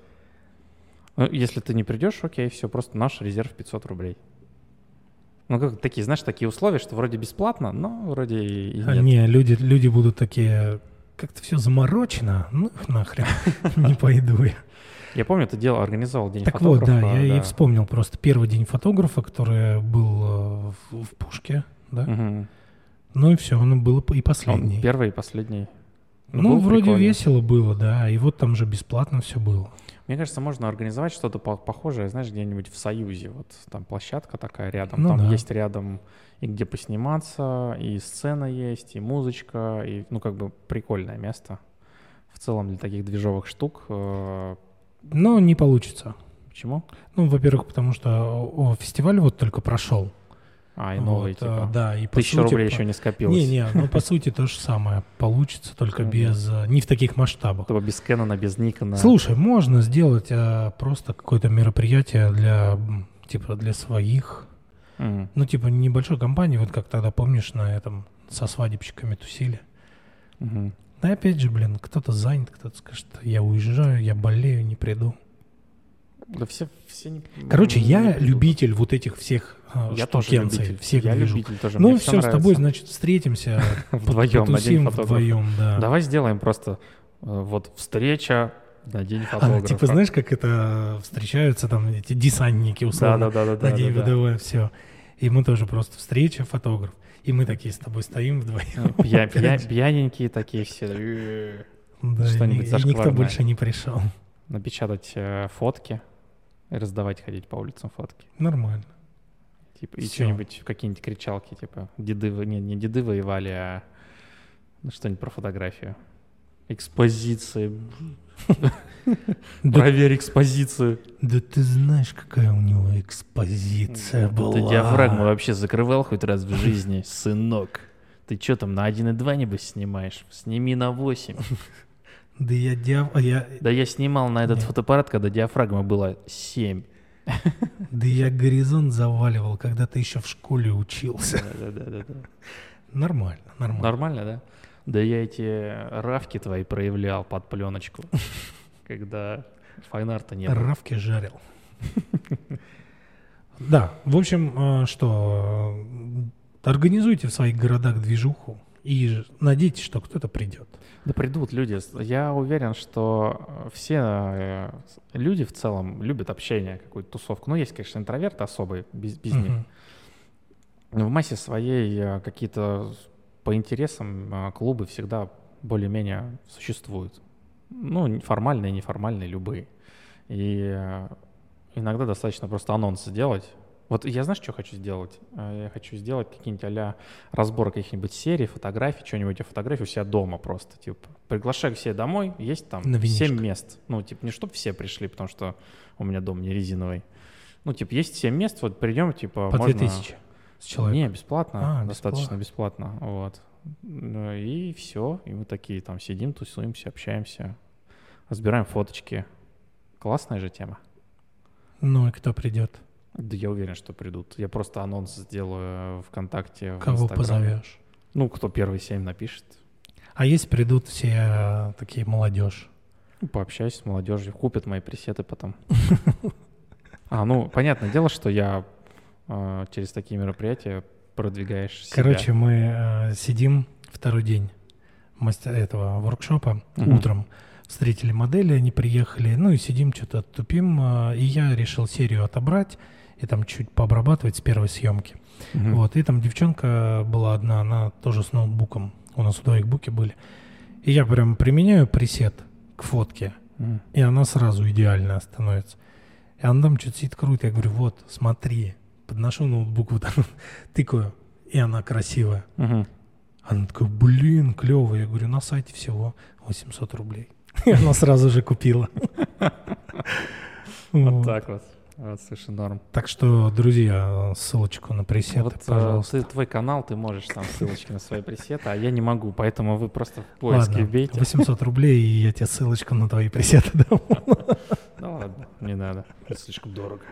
S2: ну, если ты не придешь, окей, все, просто наш резерв 500 рублей. Ну, как такие, знаешь, такие условия, что вроде бесплатно, но вроде и и
S1: А,
S2: нет.
S1: Не, люди, люди будут такие, как-то все заморочено, ну их нахрен, не пойду я.
S2: Я помню, ты делал, организовал день
S1: Так вот, да,
S2: фотографа,
S1: я и
S2: да.
S1: вспомнил просто первый день фотографа, который был э, в, в Пушке, да.
S2: Мгм.
S1: Ну и все, он был и
S2: Он
S1: последний.
S2: первый и последний.
S1: Ну,
S2: был
S1: вроде
S2: прикольно.
S1: весело было, да, и вот там же бесплатно все было.
S2: Мне кажется, можно организовать что-то по- похожее, знаешь, где-нибудь в Союзе. Вот там площадка такая рядом,
S1: Ну
S2: там
S1: да.
S2: есть рядом и где посниматься, и сцена есть, и музычка, и, ну, как бы прикольное место. В целом для таких движовых штук. э,
S1: Но не получится.
S2: Почему?
S1: Ну, во-первых, потому что о, о, фестиваль вот только прошел.
S2: А, и новые,
S1: Вот, а,
S2: типа.
S1: Да, и по
S2: Тысяча
S1: сути,
S2: рублей
S1: по-
S2: еще не скопилось.
S1: Не-не, ну по сути то же самое. Получится только
S2: Мгм.
S1: без... э, Не в таких масштабах.
S2: Типа без Кэнона, без Никона.
S1: Слушай, можно сделать э, просто какое-то мероприятие для, м, типа, для своих.
S2: М.
S1: Ну, типа, небольшой компании, вот как тогда, помнишь, на этом со свадебщиками тусили.
S2: Мгм.
S1: Да опять же, блин, кто-то занят, кто-то скажет, я уезжаю, я болею, не приду.
S2: Да все, все не-
S1: Короче,
S2: не
S1: я
S2: придут.
S1: любитель вот этих всех э,
S2: Я тоже
S1: штукенций,
S2: любитель.
S1: всех
S2: я
S1: движух.
S2: любитель тоже.
S1: Ну
S2: мне
S1: все, с
S2: нравится.
S1: тобой, значит, встретимся
S2: Вдвоем на день
S1: потусим
S2: фотографа.
S1: вдвоем, да.
S2: Давай сделаем просто э, вот встреча на
S1: А,
S2: день
S1: ну,
S2: фотографа.
S1: типа, знаешь, как это встречаются там эти десантники, условно,
S2: Да-да-да-да-да-да-да.
S1: на день ВДВ, все. И мы тоже просто встреча, фотограф. И мы такие с тобой стоим вдвоем.
S2: Э, Пья- пья-
S1: Опять.
S2: пьяненькие такие все. э,
S1: Да, и
S2: что-нибудь
S1: ни- и никто
S2: зашкварное.
S1: больше не пришел.
S2: Напечатать э, фотки и раздавать ходить по улицам фотки.
S1: Нормально.
S2: Типа, и
S1: Всё.
S2: что-нибудь, какие-нибудь кричалки, типа, деды, вы- не, не деды воевали, а ну, что-нибудь про фотографию. Экспозиции.
S1: Да,
S2: Проверь экспозицию.
S1: да ты знаешь, какая у него
S2: Да
S1: экспозиция была.
S2: Ты диафрагму вообще закрывал хоть раз в жизни, сынок. Ты что там на 1,2 небось снимаешь? Сними на 8.
S1: Да я диаф- а я-
S2: Да я снимал на этот
S1: Нет.
S2: фотоаппарат, когда диафрагма была 7.
S1: да я горизонт заваливал, когда ты еще в школе учился. Нормально, нормально.
S2: Нормально, да? Да я эти равки твои проявлял под пленочку, когда файнарта не было.
S1: Равки жарил. Да, в общем, э, что э, организуйте в своих городах движуху и ж- надейтесь, что кто-то придет.
S2: Да придут люди. С- Я уверен, что э, все э, с- люди в целом любят общение, какую-то тусовку. Ну, есть, конечно, интроверты особые, без, без них.
S1: Мгм.
S2: Ну, В массе своей э, какие-то с- по интересам э, клубы всегда более-менее существуют. Ну, н- формальные, неформальные, любые. И э, иногда достаточно просто анонс сделать. Вот я знаешь, что хочу сделать? Э, Я хочу сделать какие-нибудь а разбор каких-нибудь серий, фотографий, что-нибудь о фотографии у себя дома просто. Типа, приглашаю все домой, есть там
S1: На винишко.
S2: 7 мест. Ну, типа, не чтобы все пришли, потому что у меня дом не резиновый. Ну, типа, есть 7 мест, вот придем, типа,
S1: По две
S2: можно-
S1: тысячи с человека.
S2: не, бесплатно,
S1: А,
S2: достаточно бесплатно. вот. Ну, И все, и мы такие там сидим, тусуемся, общаемся. Разбираем фоточки. Классная же тема.
S1: Ну и кто придет?
S2: Да я уверен, что придут. Я просто анонс сделаю ВКонтакте. в
S1: Кого
S2: Инстаграме.
S1: позовешь?
S2: Ну, кто первый семь напишет.
S1: А если придут все э, такие молодежь?
S2: Ну, Пообщаюсь с молодежью, купят мои пресеты потом. А, ну, понятное дело, что я э, через такие мероприятия продвигаешь себя.
S1: Короче, мы э, сидим второй день мастер этого воркшопа
S2: Мгм.
S1: утром. Встретили модели, они приехали, ну и сидим, что-то тупим. э, И я решил серию отобрать и там чуть пообрабатывать с первой съемки.
S2: Мгм.
S1: Вот, и там девчонка была одна, она тоже с ноутбуком. У нас у двоих буки были. И я прям применяю пресет к фотке,
S2: Мгм.
S1: и она сразу идеальная становится. И она там что-то сидит круто. Я говорю, вот, смотри. Подношу ноутбук, вот она, тыкаю, и она красивая.
S2: Мгм.
S1: Она такая, блин, клево. Я говорю, на сайте всего 800 рублей. И она сразу же купила.
S2: Вот
S1: Вот.
S2: так вот. Вот, слушай, норм.
S1: Так что, друзья, ссылочку на пресеты,
S2: Вот, э,
S1: пожалуйста.
S2: ты- твой канал, ты можешь там ссылочки на свои пресеты, а я не могу, поэтому вы просто в поиске
S1: Ладно,
S2: бейте.
S1: 800 рублей, и я тебе ссылочку на твои пресеты дам.
S2: Да ладно, не надо. Это слишком дорого.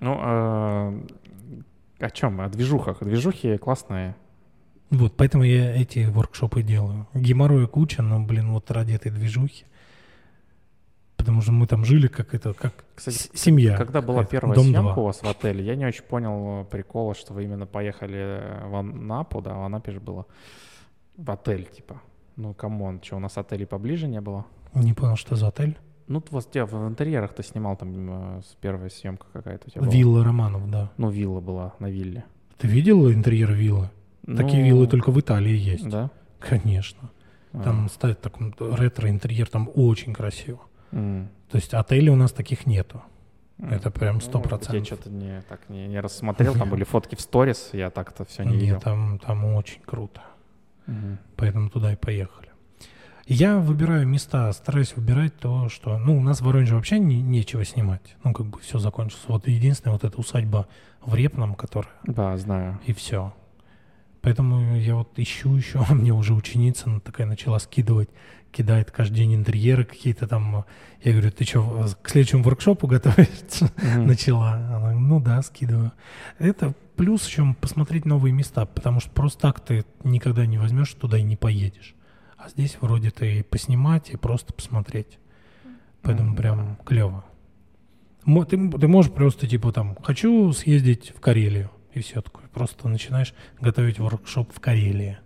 S2: Ну, а, о чем? О движухах. Движухи классные.
S1: Вот, поэтому я эти воркшопы делаю. Геморроя куча, но, блин, вот ради этой движухи. Потому что мы там жили как это, как
S2: Кстати, а
S1: с- семья.
S2: Когда была
S1: какая-то.
S2: первая
S1: Дом
S2: съемка
S1: два.
S2: у вас в отеле, я не очень понял э, прикола, что вы именно поехали э, в Анапу, да, в Анапе же было, в отель, типа. Ну, камон, что, у нас отелей поближе не было?
S1: Не понял, что за отель.
S2: Ну, т- вот я в интерьерах ты снимал, там э, с- первая съемка какая-то у тебя была.
S1: Вилла Романов, да.
S2: Ну, вилла была на вилле.
S1: Ты видел интерьер виллы? Такие
S2: Ну,
S1: виллы только в Италии есть.
S2: Да?
S1: Конечно.
S2: А,
S1: Там ставят такой ретро-интерьер, там очень красиво.
S2: м.
S1: То есть отелей у нас таких нету.
S2: М.
S1: А, Это прям
S2: Ну,
S1: сто
S2: может быть, Я
S1: процентов.
S2: что-то не, так не, не рассмотрел, там были фотки в сторис, я так-то все не видел.
S1: Нет, а там, там очень круто.
S2: Мгм.
S1: Поэтому туда и поехали. Я выбираю места, стараюсь выбирать то, что... Ну, у нас в Воронеже вообще не- нечего снимать. Ну, как бы все закончилось. Вот единственная вот эта усадьба в Репном, которая...
S2: Да, знаю.
S1: И все. Поэтому я вот ищу еще, мне уже ученица она такая начала скидывать, кидает каждый день интерьеры какие-то там. Я говорю, ты что, к следующему воркшопу готовишься?
S2: Мгм.
S1: начала. Она, ну да, скидываю. Это плюс еще посмотреть новые места, потому что просто так ты никогда не возьмешь туда и не поедешь. А здесь вроде ты и поснимать, и просто посмотреть. Поэтому
S2: М,
S1: прям клево. Мо- Ты, м- ты можешь просто типа там, хочу съездить в Карелию. И все такое. Просто начинаешь готовить воркшоп в Карелии.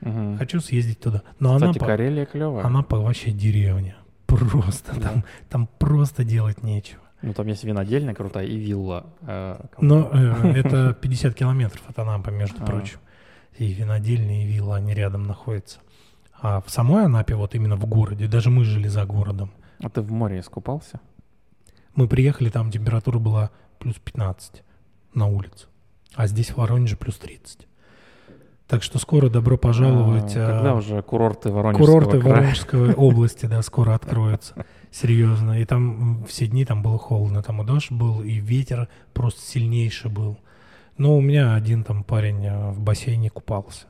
S2: Мгм.
S1: Хочу съездить туда. Но она
S2: Кстати, Карелия клевая.
S1: Анапа вообще деревня. Просто
S2: Да.
S1: там, там просто делать нечего.
S2: Ну, там есть винодельня крутая и вилла. э, как
S1: Но
S2: будто.
S1: э, это 50 километров от Анапы, между
S2: А.
S1: прочим. И винодельные, и вилла, они рядом находятся. А в самой Анапе, вот именно в городе, даже мы жили за городом.
S2: А ты в море искупался?
S1: Мы приехали, там температура была плюс 15 на улице. А здесь в Воронеже плюс 30. Так что скоро добро пожаловать.
S2: А,
S1: э,
S2: Когда уже курорты Воронежского
S1: Курорты
S2: края?
S1: Воронежской области, да, скоро откроются. Серьезно. И там м, все дни там было холодно. Там и дождь был, и ветер просто сильнейший был. Но у меня один там парень э, в бассейне купался.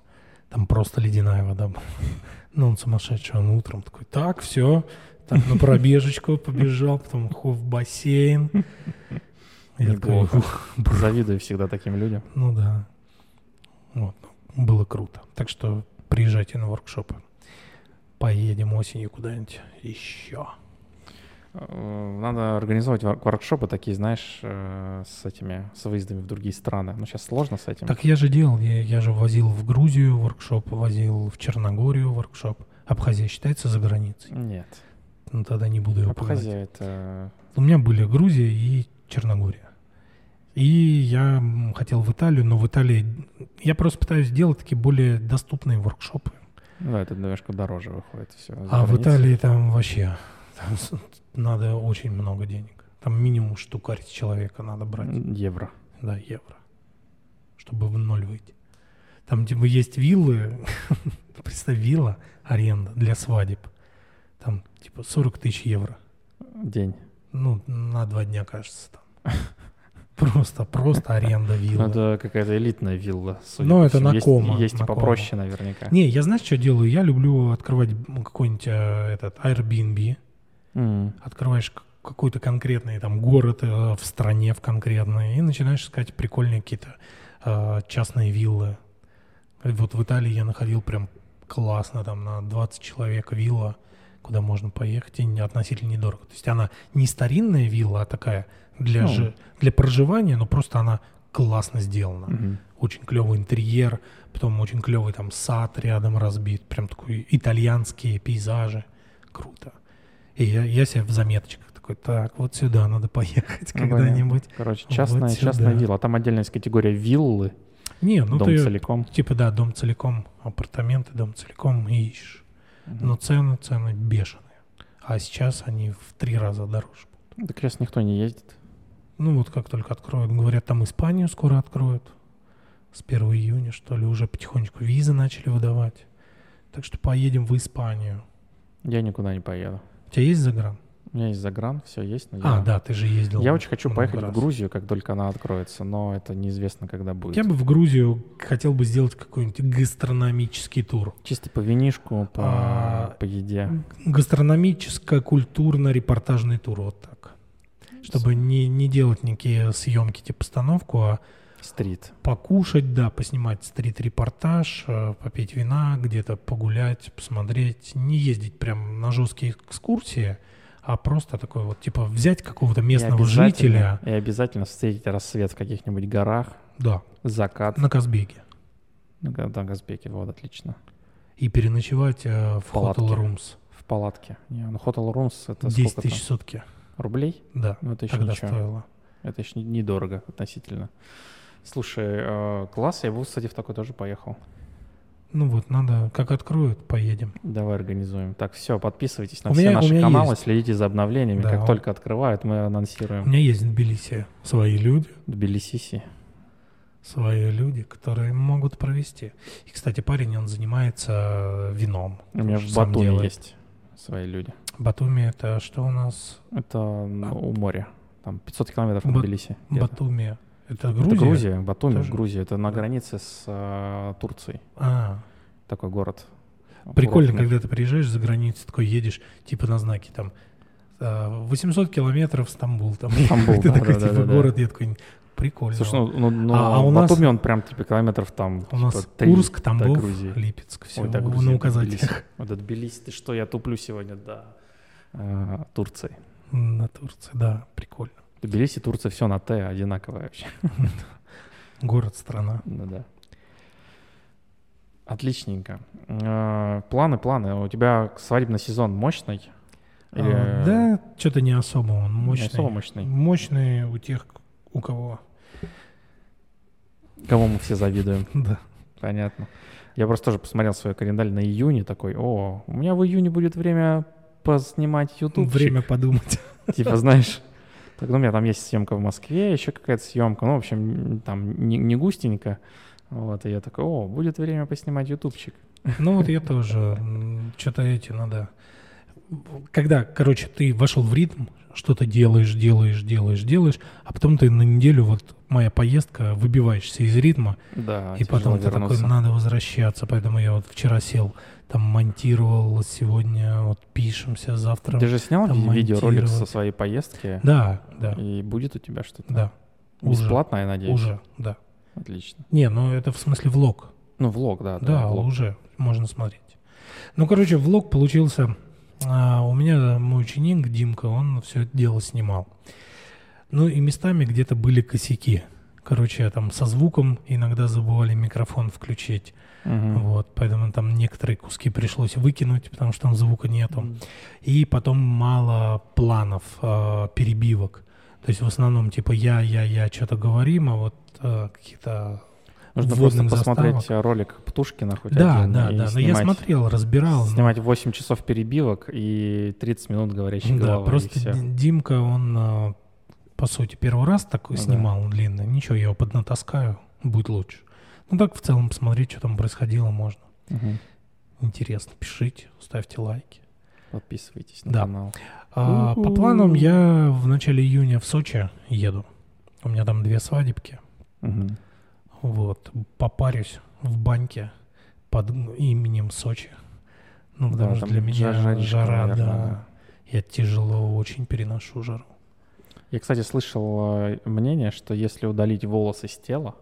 S1: Там просто ледяная вода была. Ну, он сумасшедший, он утром такой, так, все, там на пробежечку побежал, потом ху, в бассейн. Я такой,
S2: Неплохо.
S1: «Ух, бр-
S2: Завидую всегда таким людям.
S1: ну да. Вот. ну, Было круто. Так что приезжайте на воркшопы. Поедем осенью куда-нибудь еще.
S2: Э, Надо организовать вор- воркшопы такие, знаешь, э, с этими, с выездами в другие страны. Ну, сейчас сложно с этим.
S1: Так я же делал, я, я же возил в Грузию воркшоп, возил в Черногорию воркшоп. Абхазия считается за границей?
S2: Нет.
S1: Ну тогда не
S2: А
S1: буду ее
S2: Абхазия — это...
S1: У меня были Грузия и Черногория. И я м, хотел в Италию, но в Италии я просто пытаюсь делать такие более доступные воркшопы.
S2: ну, Да, это немножко дороже выходит все.
S1: А в Италии там вообще там с- надо очень много денег. Там минимум штукарь с человека надо брать,
S2: Евро.
S1: да, евро, чтобы в ноль выйти. Там типа есть виллы, представь, вилла, аренда для свадеб. Там типа 40 тысяч евро.
S2: День.
S1: Ну, на два дня, кажется, там. Просто, просто аренда
S2: Ну,
S1: виллы.
S2: Это какая-то элитная вилла. судя
S1: Ну,
S2: по
S1: это
S2: всему.
S1: на
S2: Есть-
S1: Кома,
S2: Есть и
S1: на Кома.
S2: попроще наверняка.
S1: Не, я знаешь, что делаю? Я люблю открывать м, какой-нибудь э, этот Airbnb.
S2: М.
S1: Открываешь к- какой-то конкретный там город э, в стране в конкретной и начинаешь искать прикольные какие-то э, частные виллы. Э, Вот в Италии я находил прям классно, там на 20 человек вилла, куда можно поехать и не- относительно недорого. То есть она не старинная вилла, а такая для,
S2: Ну.
S1: жи- для проживания, но просто она классно сделана
S2: Мгм.
S1: очень клевый интерьер, потом очень клевый там сад рядом разбит, прям такой итальянские пейзажи, круруто. И я, я себе в заметочках такой, так, вот сюда надо поехать
S2: Ну,
S1: когда-нибудь.
S2: Короче,
S1: Вот
S2: частная, частная
S1: сюда.
S2: вилла. А Там отдельная есть категория виллы,
S1: Не, ну
S2: дом
S1: ты
S2: целиком.
S1: типа да, дом целиком, апартаменты, дом целиком и ищешь. Но цены, цены бешеные. А сейчас они в три раза дороже.
S2: Мгм. Так сейчас никто не ездит.
S1: Ну вот как только откроют, говорят, там Испанию скоро откроют. С 1 июня, что ли, уже потихонечку визы начали выдавать. Так что поедем в Испанию.
S2: Я никуда не поеду.
S1: У тебя есть загран?
S2: У меня есть загран, все есть. Но
S1: А,
S2: я...
S1: да, ты же ездил.
S2: Я очень хочу
S1: много
S2: поехать
S1: раз.
S2: в Грузию, как только она откроется, но это неизвестно, когда будет.
S1: Я бы в Грузию хотел бы сделать какой-нибудь гастрономический тур.
S2: Чисто по винишку, по,
S1: А,
S2: по еде.
S1: Гастрономическо-культурно-репортажный тур, вот так. Чтобы не, не делать никакие съемки типа постановку, а
S2: Стрит.
S1: покушать, да, поснимать стрит-репортаж, э, попить вина, где-то погулять, посмотреть, не ездить прям на жесткие экскурсии, а просто такой вот, типа, взять какого-то
S2: И
S1: местного
S2: обязательно-
S1: жителя,
S2: И обязательно встретить рассвет в каких-нибудь горах,
S1: да,
S2: закат.
S1: на Казбеке,
S2: Ну, га- да, Газбеке, вот, отлично.
S1: и переночевать э, в
S2: Палатки.
S1: Hotel Rooms.
S2: В палатке. Не, ну, Hotel Rooms это
S1: 10
S2: сколько
S1: тысяч сутки,
S2: там? Рублей?
S1: да,
S2: Ну, это еще
S1: тогда
S2: ничего.
S1: стоило.
S2: Это еще недорого относительно. Слушай, э, класс, я бы, кстати, в такой тоже поехал.
S1: Ну вот, надо, как откроют, поедем.
S2: Давай организуем. Так, все, подписывайтесь на
S1: У
S2: все
S1: меня- у
S2: наши
S1: меня
S2: каналы,
S1: есть.
S2: следите за обновлениями.
S1: Да,
S2: как
S1: он-
S2: только открывают, мы
S1: У
S2: анонсируем.
S1: меня есть в Тбилиси свои люди,
S2: Тбилисиси.
S1: свои люди, которые могут провести. И, кстати, парень, он занимается вином.
S2: У меня в
S1: Сам
S2: Батуми
S1: делает.
S2: есть свои люди.
S1: Батуми это что у нас?
S2: Это ну, у моря. Там 500 километров
S1: А.
S2: от
S1: Бат-
S2: Тбилиси. где-то.
S1: Батуми. Это
S2: Это
S1: Грузия?
S2: Грузия, Батуми,
S1: Тоже?
S2: Грузия. Это на границе с э, Турцией.
S1: А,
S2: Такой город.
S1: прикольно,
S2: Курортный.
S1: когда ты приезжаешь за границу, такой едешь, типа на знаке там а, 800 километров Стамбул. Там
S2: Стамбул,
S1: какой-то
S2: да,
S1: такой,
S2: да, да,
S1: типа,
S2: да, да.
S1: город, я такой, прикольно.
S2: Слушай, ну, ну, ну,
S1: А- а у нас-
S2: Батуми, он прям типа километров там.
S1: у нас
S2: типа, 30
S1: Курск,
S2: до
S1: Тамбов,
S2: Грузии.
S1: Липецк, все
S2: Ой, да, Грузия,
S1: на
S2: да,
S1: указателях
S2: Тбилиси. Вот это Тбилиси, ты что, я туплю сегодня, да. А, Турции.
S1: на Турции, да, прикольно.
S2: Тбилиси, Турция, все на Т одинаковое вообще.
S1: Город, страна.
S2: Ну да. Отличненько. А, Планы, планы. У тебя свадебный сезон мощный? Или
S1: А, да, что-то не особо он
S2: не
S1: мощный.
S2: особо мощный.
S1: Мощный у тех, у кого,
S2: Кому мы все завидуем.
S1: да.
S2: Понятно. Я просто тоже посмотрел свой календарь на июне такой, о, у меня в июне будет время поснимать YouTube.
S1: Время подумать.
S2: Типа, знаешь, так, ну, у меня там есть съемка в Москве, еще какая-то съемка, ну, в общем, м, там не, не густенько. Вот, и я такой, о, будет время поснимать ютубчик.
S1: Ну вот я тоже. Что-то эти надо. Когда, короче, ты вошел в ритм, что-то делаешь, делаешь, делаешь, делаешь, а потом ты на неделю, вот моя поездка, выбиваешься из ритма,
S2: Да,
S1: и
S2: А, тяжело
S1: потом ты такой,
S2: вернуться.
S1: надо возвращаться, поэтому я вот вчера сел, там монтировал, сегодня вот пишемся, завтра...
S2: Ты же снял
S1: там
S2: ви- видеоролик со
S1: монтировать.
S2: своей поездки?
S1: Да, да,
S2: И будет у тебя что-то?
S1: да, уже,
S2: Бесплатно, я надеюсь?
S1: уже, да.
S2: Отлично.
S1: Не, ну это в смысле влог,
S2: Ну, влог, да.
S1: Да,
S2: влог.
S1: уже можно смотреть. Ну, короче, влог получился. а, у меня мой ученик Димка, он все это дело снимал. Ну и местами где-то были косяки. Короче, там со звуком иногда забывали микрофон включить.
S2: Мгм.
S1: Вот, поэтому там некоторые куски пришлось выкинуть, потому что там звука нету.
S2: Мгм.
S1: И потом мало планов, э, перебивок. То есть в основном типа я, я, я что-то говорим, а вот э, какие-то
S2: Нужно просто
S1: вводных
S2: посмотреть э,
S1: заставок.
S2: ролик Птушкина хоть
S1: Да,
S2: один
S1: да,
S2: и
S1: да. Но я
S2: снимать-
S1: смотрел, разбирал. но-
S2: Снимать 8 часов перебивок и 30 минут говорящей
S1: Да,
S2: головы. и
S1: просто
S2: всё.
S1: Ди- Димка, он, а, по сути, первый раз такой
S2: Ну да.
S1: снимал он длинный. Ничего, я его поднатаскаю, будет лучше. Ну так в целом посмотреть, что там происходило, можно.
S2: Мгм.
S1: Интересно, пишите, ставьте лайки.
S2: Подписывайтесь на
S1: Да.
S2: канал.
S1: А, по
S2: Уху.
S1: планам я в начале июня в Сочи еду. У меня там две свадебки.
S2: Мгм.
S1: Вот. Попарюсь в баньке под именем Сочи. Ну, потому
S2: Да,
S1: что
S2: там
S1: для меня
S2: жаренько,
S1: жара,
S2: наверное,
S1: да.
S2: да.
S1: Я тяжело очень переношу жару.
S2: Я, кстати, слышал э, мнение, что если удалить волосы с тела,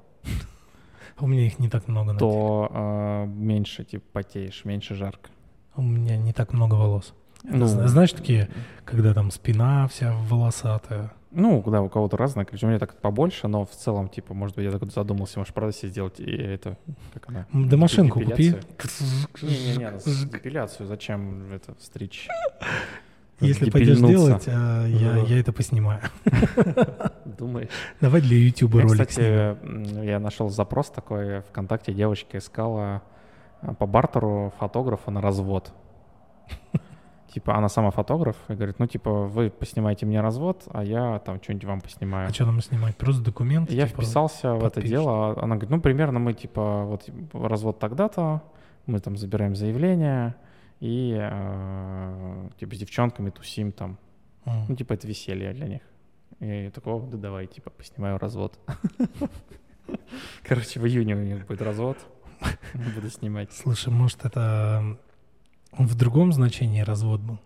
S1: У меня их не так много на теле.
S2: то э, меньше типа потеешь, меньше жарко.
S1: У меня не так много волос. Это
S2: Ну.
S1: зна- Знаешь, такие, когда там спина вся волосатая.
S2: Ну, да, у кого-то разное, короче, у меня так побольше, но в целом, типа, может быть, я так задумался, может, правда себе сделать и это, как она?
S1: М, Да машинку купи.
S2: Не-не-не, ну, с- депиляцию зачем это стричь?
S1: Если пойдешь
S2: Дебильнуться.
S1: делать, а, я,
S2: Ага.
S1: я это поснимаю.
S2: Думаешь?
S1: Давай для YouTube
S2: Я,
S1: ролик
S2: кстати,
S1: снимем.
S2: м, я нашел запрос такой ВКонтакте, девочка искала а, по бартеру фотографа на развод. Типа, она сама фотограф и говорит, ну, типа, вы поснимаете мне развод, а я там что-нибудь вам поснимаю.
S1: А что нам снимать? Просто документы?
S2: Я
S1: типа?
S2: вписался в это
S1: подпишешь.
S2: дело. а Она говорит, ну, примерно мы, типа, вот развод тогда-то, мы там забираем заявление, и, э, типа, с девчонками тусим там.
S1: М.
S2: Ну, типа, это веселье для них. И я такой, «О, да давай, типа, поснимаю развод. Короче, в июне у них будет развод. Буду снимать.
S1: Слушай, может, это в другом значении развод был?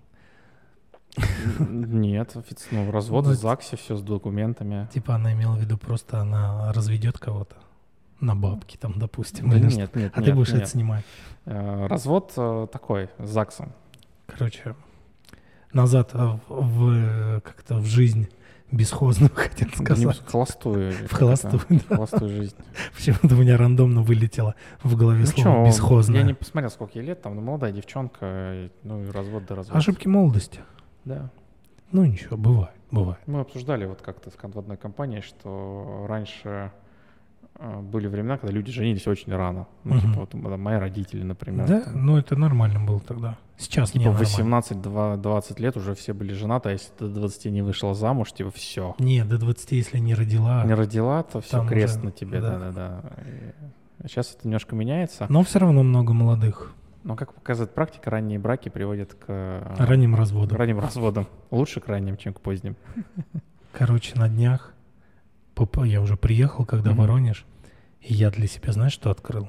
S2: Нет, офиц- ну, развод
S1: Ну,
S2: в
S1: это-
S2: ЗАГСе, все с документами.
S1: Типа она имела в виду просто она разведет кого-то на бабки там, допустим.
S2: Да
S1: или что.
S2: Нет, нет,
S1: а ты
S2: нет,
S1: будешь это
S2: нет.
S1: снимать.
S2: Э, Развод э, такой, с ЗАГСом.
S1: Короче, назад э, в, в, э, как-то в жизнь бесхозную, хотел
S2: Не,
S1: сказать.
S2: В холостую. или
S1: В
S2: как
S1: холостую,
S2: это?
S1: да.
S2: В холостую жизнь.
S1: Почему-то у меня рандомно вылетело в голове
S2: Ну
S1: слово
S2: чё,
S1: бесхозное.
S2: Я не посмотрел, сколько ей лет, там, ну, молодая девчонка, и, ну, и развод да развод.
S1: А Ошибки молодости.
S2: Да.
S1: Ну ничего, бывает, бывает.
S2: Мы обсуждали вот как-то в кон- в одной компании, что раньше э, были времена, когда люди женились очень рано. Ну,
S1: Мгм.
S2: типа, вот м- мои родители, например.
S1: Да,
S2: там,
S1: ну это нормально было тогда. Сейчас не
S2: Типа в
S1: нормально.
S2: 18-20 лет уже все были женаты, а если ты до 20 не вышла замуж, типа все.
S1: Не, до 20, если не родила.
S2: Не родила, то все
S1: Там
S2: крест
S1: уже,
S2: на тебе,
S1: да.
S2: да-да-да. Сейчас это немножко меняется.
S1: Но все равно много молодых.
S2: Но, как показывает практика, ранние браки приводят к э,
S1: Ранним разводом.
S2: к ранним разводам. Лучше к ранним, чем к поздним.
S1: Короче, на днях поп- я уже приехал, когда
S2: Мгм.
S1: Воронеж, и я для себя, знаешь, что открыл?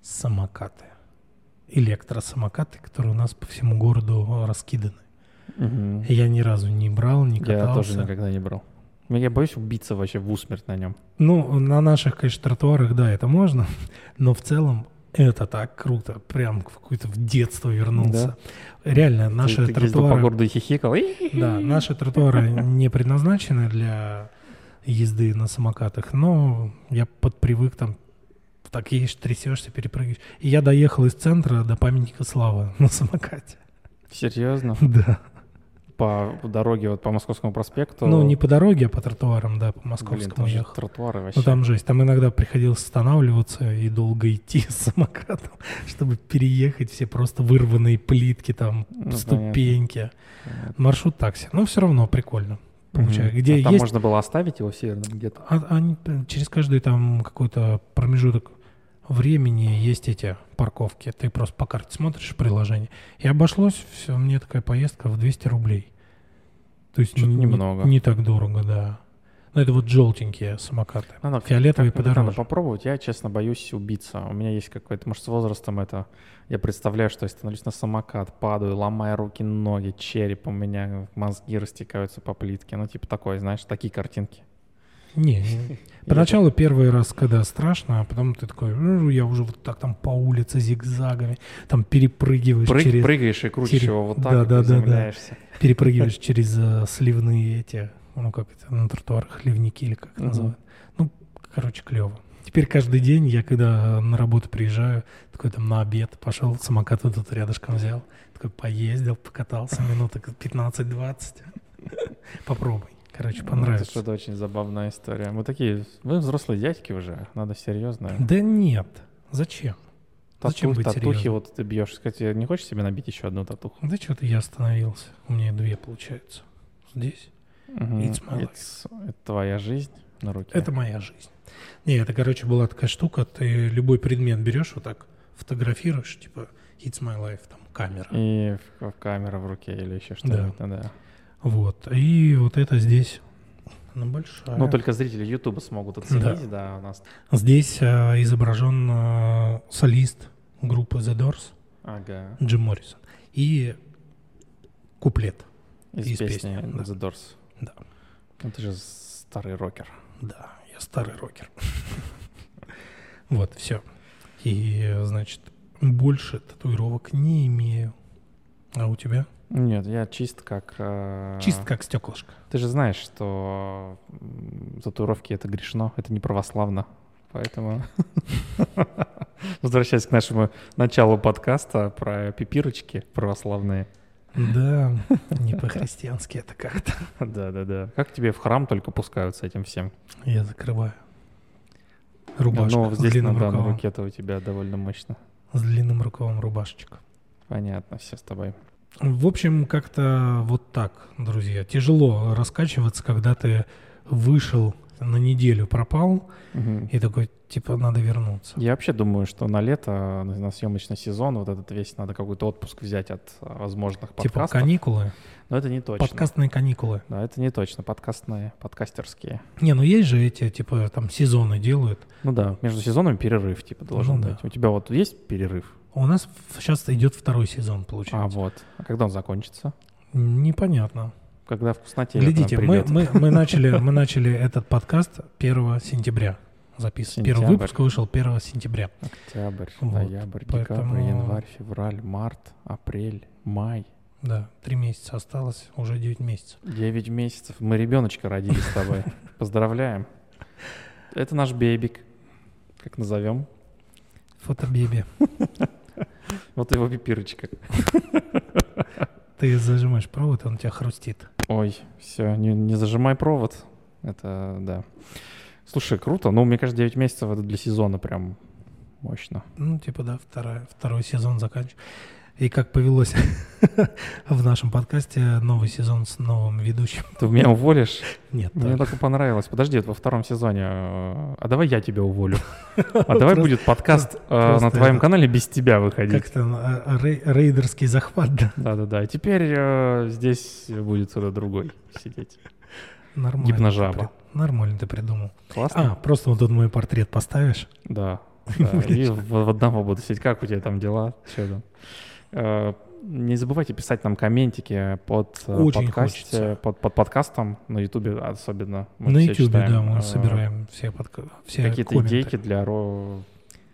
S1: Самокаты. Электросамокаты, которые у нас по всему городу а, раскиданы. Я ни разу не брал, не катался.
S2: Я тоже никогда не брал. Ну, Я боюсь убиться вообще в усмерть на нем.
S1: Ну, на наших, конечно, тротуарах, да, это можно, но в целом это так круто. Прям в какое-то в детство вернулся. Реально, наши
S2: ты, ты ездил по
S1: тротуары...
S2: городу и хихикал. «И-и-и».
S1: Да, наши тротуары не предназначены для езды на самокатах, но я подпривык там так едешь, трясешься, перепрыгиваешь. И я доехал из центра до памятника Славы на самокате.
S2: Серьезно?
S1: Да.
S2: По дороге вот по Московскому проспекту?
S1: Ну, не по дороге, а по тротуарам, да, по
S2: Блин,
S1: московскому
S2: там же
S1: ехал.
S2: тротуары вообще.
S1: Ну, там жесть. Там иногда приходилось останавливаться и долго идти с самокатом, чтобы переехать все просто вырванные плитки, там,
S2: Ну,
S1: ступеньки.
S2: понятно.
S1: Маршрут такси. Но все равно прикольно. Получаю.
S2: Мгм.
S1: Где
S2: А там
S1: есть
S2: можно было оставить его в северном где-то?
S1: А- они п- через каждый там какой-то промежуток времени есть эти парковки. Ты просто по карте смотришь приложение. И обошлось все, мне такая поездка в 200 рублей. То есть
S2: Чё-то
S1: н- не-
S2: немного.
S1: Не, так дорого, да. Но это вот желтенькие самокаты.
S2: Ну, Надо
S1: Фиолетовые
S2: как-нибудь надо
S1: подороже.
S2: попробовать. Я, честно, боюсь убиться. У меня есть какой-то, может, с возрастом это... Я представляю, что я становлюсь на самокат, падаю, ломая руки, ноги, череп у меня, мозги растекаются по плитке. Ну, типа такой, знаешь, такие картинки.
S1: Не, не. поначалу первый раз, когда страшно, а потом ты такой, «Ру, я уже вот так там по улице зигзагами, там перепрыгиваешь
S2: Прыг-
S1: через...
S2: Прыгаешь и крутишь
S1: через-
S2: его вот так,
S1: Да, да,
S2: и
S1: да, да.
S2: приземляешься.
S1: перепрыгиваешь через э, сливные эти, ну как это, на тротуарах ливники или как это
S2: Мгм.
S1: называют. Ну, короче, клево. Теперь каждый день я, когда э, на работу приезжаю, такой там на обед пошел, самокат вот тут рядышком взял, такой поездил, покатался минуток 15-20. Попробуй. Короче,
S2: Ну, Это
S1: понравится.
S2: что-то очень забавная история. Мы такие, вы взрослые дядьки уже, надо серьезно.
S1: Да нет. Зачем? Хм, зачем быть
S2: татухи
S1: серьезным?
S2: вот ты бьешь. Кстати, не хочешь себе набить еще одну татуху?
S1: Да что-то я остановился. У меня две получается. Здесь.
S2: Мгм.
S1: It's my
S2: It's- Это твоя жизнь на руке.
S1: Это моя жизнь. Не, это, короче, была такая штука, ты любой предмет берешь вот так, фотографируешь, типа, it's my life, там, камера.
S2: И в- в камера в руке или еще
S1: Да.
S2: что-то. Да.
S1: Вот, и вот это здесь Она большая.
S2: Ну, только зрители Ютуба смогут оценить, да, у нас.
S1: Здесь э, изображен э, солист группы The Doors
S2: Ага.
S1: Джим Моррисон и куплет.
S2: Из,
S1: Из
S2: песни
S1: песни, да.
S2: The Doors.
S1: Да.
S2: Ну, ты же старый рокер.
S1: Да, я старый рокер. Вот, все. И, значит, больше татуировок не имею. А у тебя?
S2: Нет, я чист как... э,
S1: Чист как стеклышко.
S2: Ты же знаешь, что м, татуировки — это грешно, это не православно. Поэтому... Возвращаясь к нашему началу подкаста про пипирочки православные.
S1: Да, не по-христиански это как-то.
S2: Да-да-да. Как тебе в храм только пускают с этим всем?
S1: Я закрываю.
S2: Ну,
S1: Рубашку с
S2: здесь на
S1: длинным
S2: данном
S1: рукавом.
S2: руке-то у тебя довольно мощно.
S1: С длинным рукавом рубашечка.
S2: Понятно, все с тобой.
S1: В общем, как-то вот так, друзья. Тяжело раскачиваться, когда ты вышел на неделю, пропал,
S2: Мгм.
S1: и такой, типа, надо вернуться.
S2: Я вообще думаю, что на лето, на на съемочный сезон, вот этот весь надо какой-то отпуск взять от а, возможных
S1: Типа
S2: подкастов.
S1: каникулы,
S2: Но это не точно.
S1: подкастные каникулы.
S2: Да, это не точно. Подкастные, подкастерские.
S1: Не, ну есть же эти, типа, там сезоны делают.
S2: Ну да, между сезонами перерыв типа должен
S1: Ну да.
S2: быть. У тебя вот есть перерыв?
S1: У нас сейчас идет второй сезон,
S2: А
S1: получается.
S2: вот. А когда он закончится?
S1: Непонятно.
S2: Когда вкуснотея к нам
S1: Глядите, мы,
S2: придет?
S1: мы, мы, начали, мы начали этот подкаст 1 сентября записывать. Первый
S2: Сентябрь.
S1: выпуск вышел 1 сентября.
S2: Октябрь,
S1: Вот,
S2: ноябрь, декабрь,
S1: поэтому-
S2: январь, февраль, март, апрель, май.
S1: Да, три месяца осталось, уже 9 месяцев.
S2: Девять месяцев. Мы ребеночка родили с тобой. Поздравляем. Это наш бебик. Как назовем?
S1: Фотобеби.
S2: Вот его пипирочка.
S1: Ты зажимаешь провод, он у тебя хрустит.
S2: Ой, все, не, не зажимай провод. Это, да. Слушай, круто. Ну, мне кажется, 9 месяцев это для сезона прям мощно.
S1: Ну, типа, да, вторая, второй сезон заканчивается. И как повелось в нашем подкасте, новый сезон с новым ведущим. Ну,
S2: Ты меня уволишь?
S1: Нет,
S2: Мне
S1: так.
S2: только понравилось. Подожди, вот во втором сезоне. э, А давай я тебя уволю. А давай
S1: Просто-
S2: будет подкаст э,
S1: просто
S2: на твоем
S1: этот-
S2: канале без тебя выходить.
S1: как-то э, рей- рейдерский захват, да,
S2: Да-да-да. И Теперь э, здесь будет кто-то другой сидеть.
S1: нормально.
S2: Гипножаба.
S1: ты при- Нормально ты придумал.
S2: Классно?
S1: А, просто вот тут мой портрет поставишь.
S2: Да. да. И в, в одного буду сидеть. Как у тебя там дела? Чё там? Э, Не забывайте писать нам комментики под э,
S1: Очень
S2: подкасте,
S1: хочется.
S2: под, под подкастом на Ютубе особенно. Мы
S1: На
S2: все
S1: Ютубе,
S2: читаем,
S1: да, мы
S2: э,
S1: собираем все, подка... все
S2: какие-то
S1: э, комменты.
S2: идейки для ро-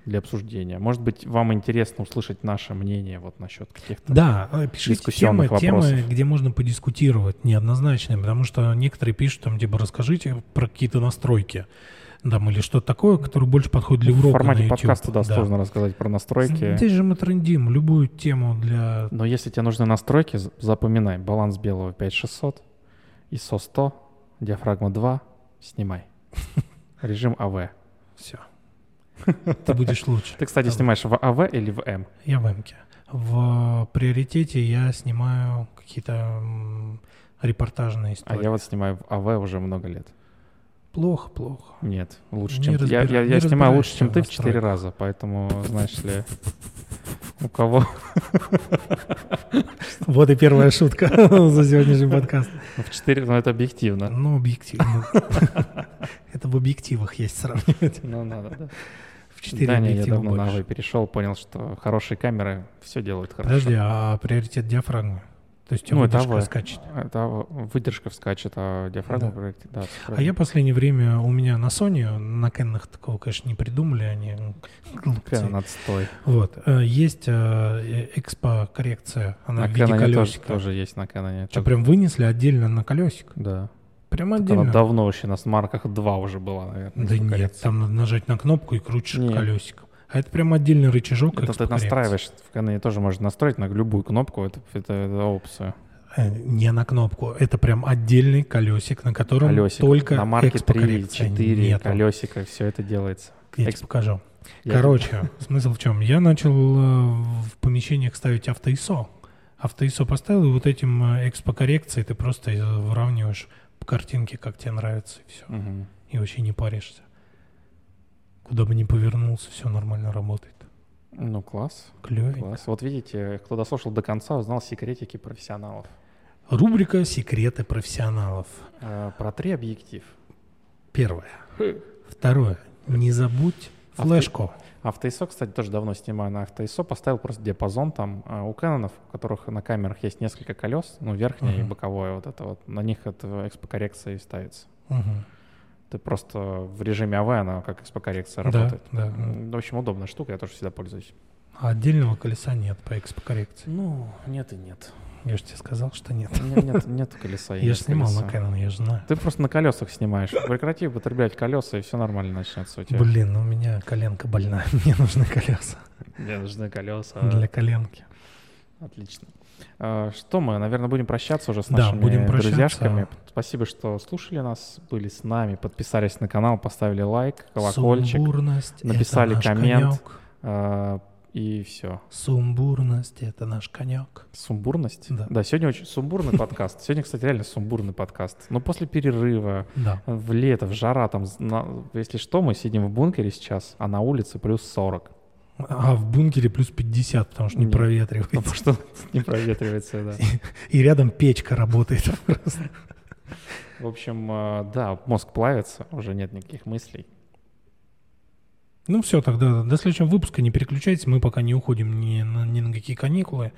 S2: для обсуждения. Может быть, вам интересно услышать наше мнение вот насчет каких-то.
S1: Да, э, пишите темы,
S2: дискуссионных
S1: темы,
S2: вопросов.
S1: где можно подискутировать, неоднозначные, потому что некоторые пишут там, типа, расскажите про какие-то настройки, там, или что-то такое, которое больше подходит для
S2: в
S1: урока на
S2: формате
S1: YouTube.
S2: подкаста да,
S1: да.
S2: сложно рассказать про настройки.
S1: Здесь же мы трендим любую тему для...
S2: Но если тебе нужны настройки, з- запоминай. Баланс белого 5600, ISO 100, диафрагма 2, снимай. Режим АВ.
S1: Все. Ты будешь лучше.
S2: Ты, кстати, снимаешь в АВ или в М?
S1: Я в эмке. В приоритете я снимаю какие-то м, репортажные
S2: А
S1: истории.
S2: я вот снимаю в АВ уже много лет.
S1: Плохо, плохо.
S2: Нет, лучше,
S1: Не
S2: чем ты. Я,
S1: разбира-
S2: я-
S1: не
S2: я снимаю лучше,
S1: разбираешься
S2: чем
S1: в
S2: ты в 4
S1: настройках.
S2: раза, поэтому, знаешь ли, у кого...
S1: Вот и первая шутка за сегодняшний подкаст.
S2: Ну, В 4, ну это объективно.
S1: Ну, объективно. Это в объективах есть сравнивать.
S2: Ну надо, да.
S1: В 4
S2: Да, не, я
S1: объектива
S2: давно на
S1: больше.
S2: АВ перешел, понял, что хорошие камеры все делают хорошо.
S1: Подожди, а приоритет диафрагмы? То есть у тебя
S2: Ну, это
S1: выдержка
S2: АВ.
S1: скачет.
S2: Это АВ. выдержка вскачет, а диафрагма...
S1: Да.
S2: говорит, да, всё
S1: А
S2: правильно.
S1: я последнее время у меня на Sony, на Кеннах такого, конечно, не придумали, они
S2: Какая
S1: глупцы.
S2: она отстой.
S1: Вот, э, есть э, э, экспо-коррекция, она
S2: На
S1: в виде
S2: Кэноне А тоже,
S1: колесика.
S2: тоже есть, на Кэноне.
S1: Что,
S2: Так-
S1: прям вынесли отдельно на колесик?
S2: Да.
S1: Прям
S2: Так она
S1: отдельно?
S2: давно вообще, на смарках 2 уже была, наверное.
S1: Да нет,
S2: экспокоррекция.
S1: там надо нажать на кнопку и крутишь
S2: Нет.
S1: колесиком. А это прям отдельный рычажок
S2: Это ты
S1: экспо-коррекции.
S2: настраиваешь, в Кэноне тоже можно настроить на любую кнопку, это, это, это опция.
S1: Э, Не на кнопку. Это прям отдельный колесик, на котором
S2: Колесико.
S1: только
S2: на марке 3,
S1: экспокоррекция.
S2: 4
S1: Нету.
S2: колесико, все это делается.
S1: Я
S2: Эксп-
S1: тебе покажу.
S2: Я-
S1: Короче, смысл в чем? Я начал э, в помещениях ставить автоисо. Автоисо поставил, и вот этим э, экспокоррекцией ты просто э, выравниваешь по картинке, как тебе нравится, и все.
S2: Мгм.
S1: И вообще не паришься. Куда бы ни повернулся, все нормально работает.
S2: Ну, класс,
S1: Клевенько.
S2: класс. Вот видите, кто дослушал до конца, узнал секретики профессионалов.
S1: Рубрика «Секреты профессионалов».
S2: Э, Про три объектив.
S1: Первое.
S2: Хм.
S1: Второе. Не забудь
S2: А
S1: флешку.
S2: Автоисо, кстати, тоже давно снимаю на автоисо, поставил просто диапазон там а, у Кэнонов, у которых на камерах есть несколько колес, ну, верхнее и
S1: Мгм.
S2: боковое вот это вот, на них это экспокоррекция и ставится.
S1: Мгм.
S2: Ты просто в режиме АВ она как экспокоррекция
S1: Да,
S2: работает.
S1: да.
S2: М, В общем, удобная штука, я тоже всегда пользуюсь.
S1: А отдельного колеса нет по экспокоррекции.
S2: Ну, нет и нет.
S1: Я же тебе сказал, что нет.
S2: Нет, нет, нет колеса. и
S1: Я
S2: нет
S1: же снимал на
S2: колеса.
S1: Canon, я же знаю.
S2: Ты просто на колесах снимаешь. Прекрати употреблять колеса, и все нормально начнется у тебя.
S1: Блин, ну у меня коленка больна, мне нужны колеса
S2: Мне нужны колеса.
S1: для коленки.
S2: Отлично. А, Что мы, наверное, будем прощаться уже с
S1: Да,
S2: нашими
S1: будем прощаться.
S2: друзьяшками. Спасибо, что слушали нас, были с нами, подписались на канал, поставили лайк, колокольчик.
S1: Сумбурность это
S2: написали
S1: наш
S2: коммент.
S1: конек.
S2: а, И все.
S1: Сумбурность это наш конек.
S2: Сумбурность?
S1: Да.
S2: сегодня очень сумбурный подкаст. Сегодня, кстати, реально сумбурный подкаст. Но после перерыва,
S1: Да.
S2: в лето, в жара, там, на- если что, мы сидим в бункере сейчас, а на улице плюс 40.
S1: А в бункере плюс 50, потому что не
S2: Нет. Ну,
S1: проветривается.
S2: Потому что не проветривается, да.
S1: И рядом печка работает. просто.
S2: В общем, а, да, мозг плавится, уже нет никаких мыслей.
S1: Ну все, тогда до следующего выпуска не переключайтесь, мы пока не уходим ни на, ни на какие каникулы.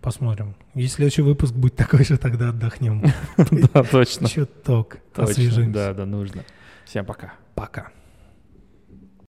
S1: Посмотрим. Если следующий выпуск будет такой же, тогда отдохнем.
S2: Да, точно.
S1: Чуток.
S2: Точно,
S1: Освежимся.
S2: Да, да, нужно. Всем пока.
S1: Пока.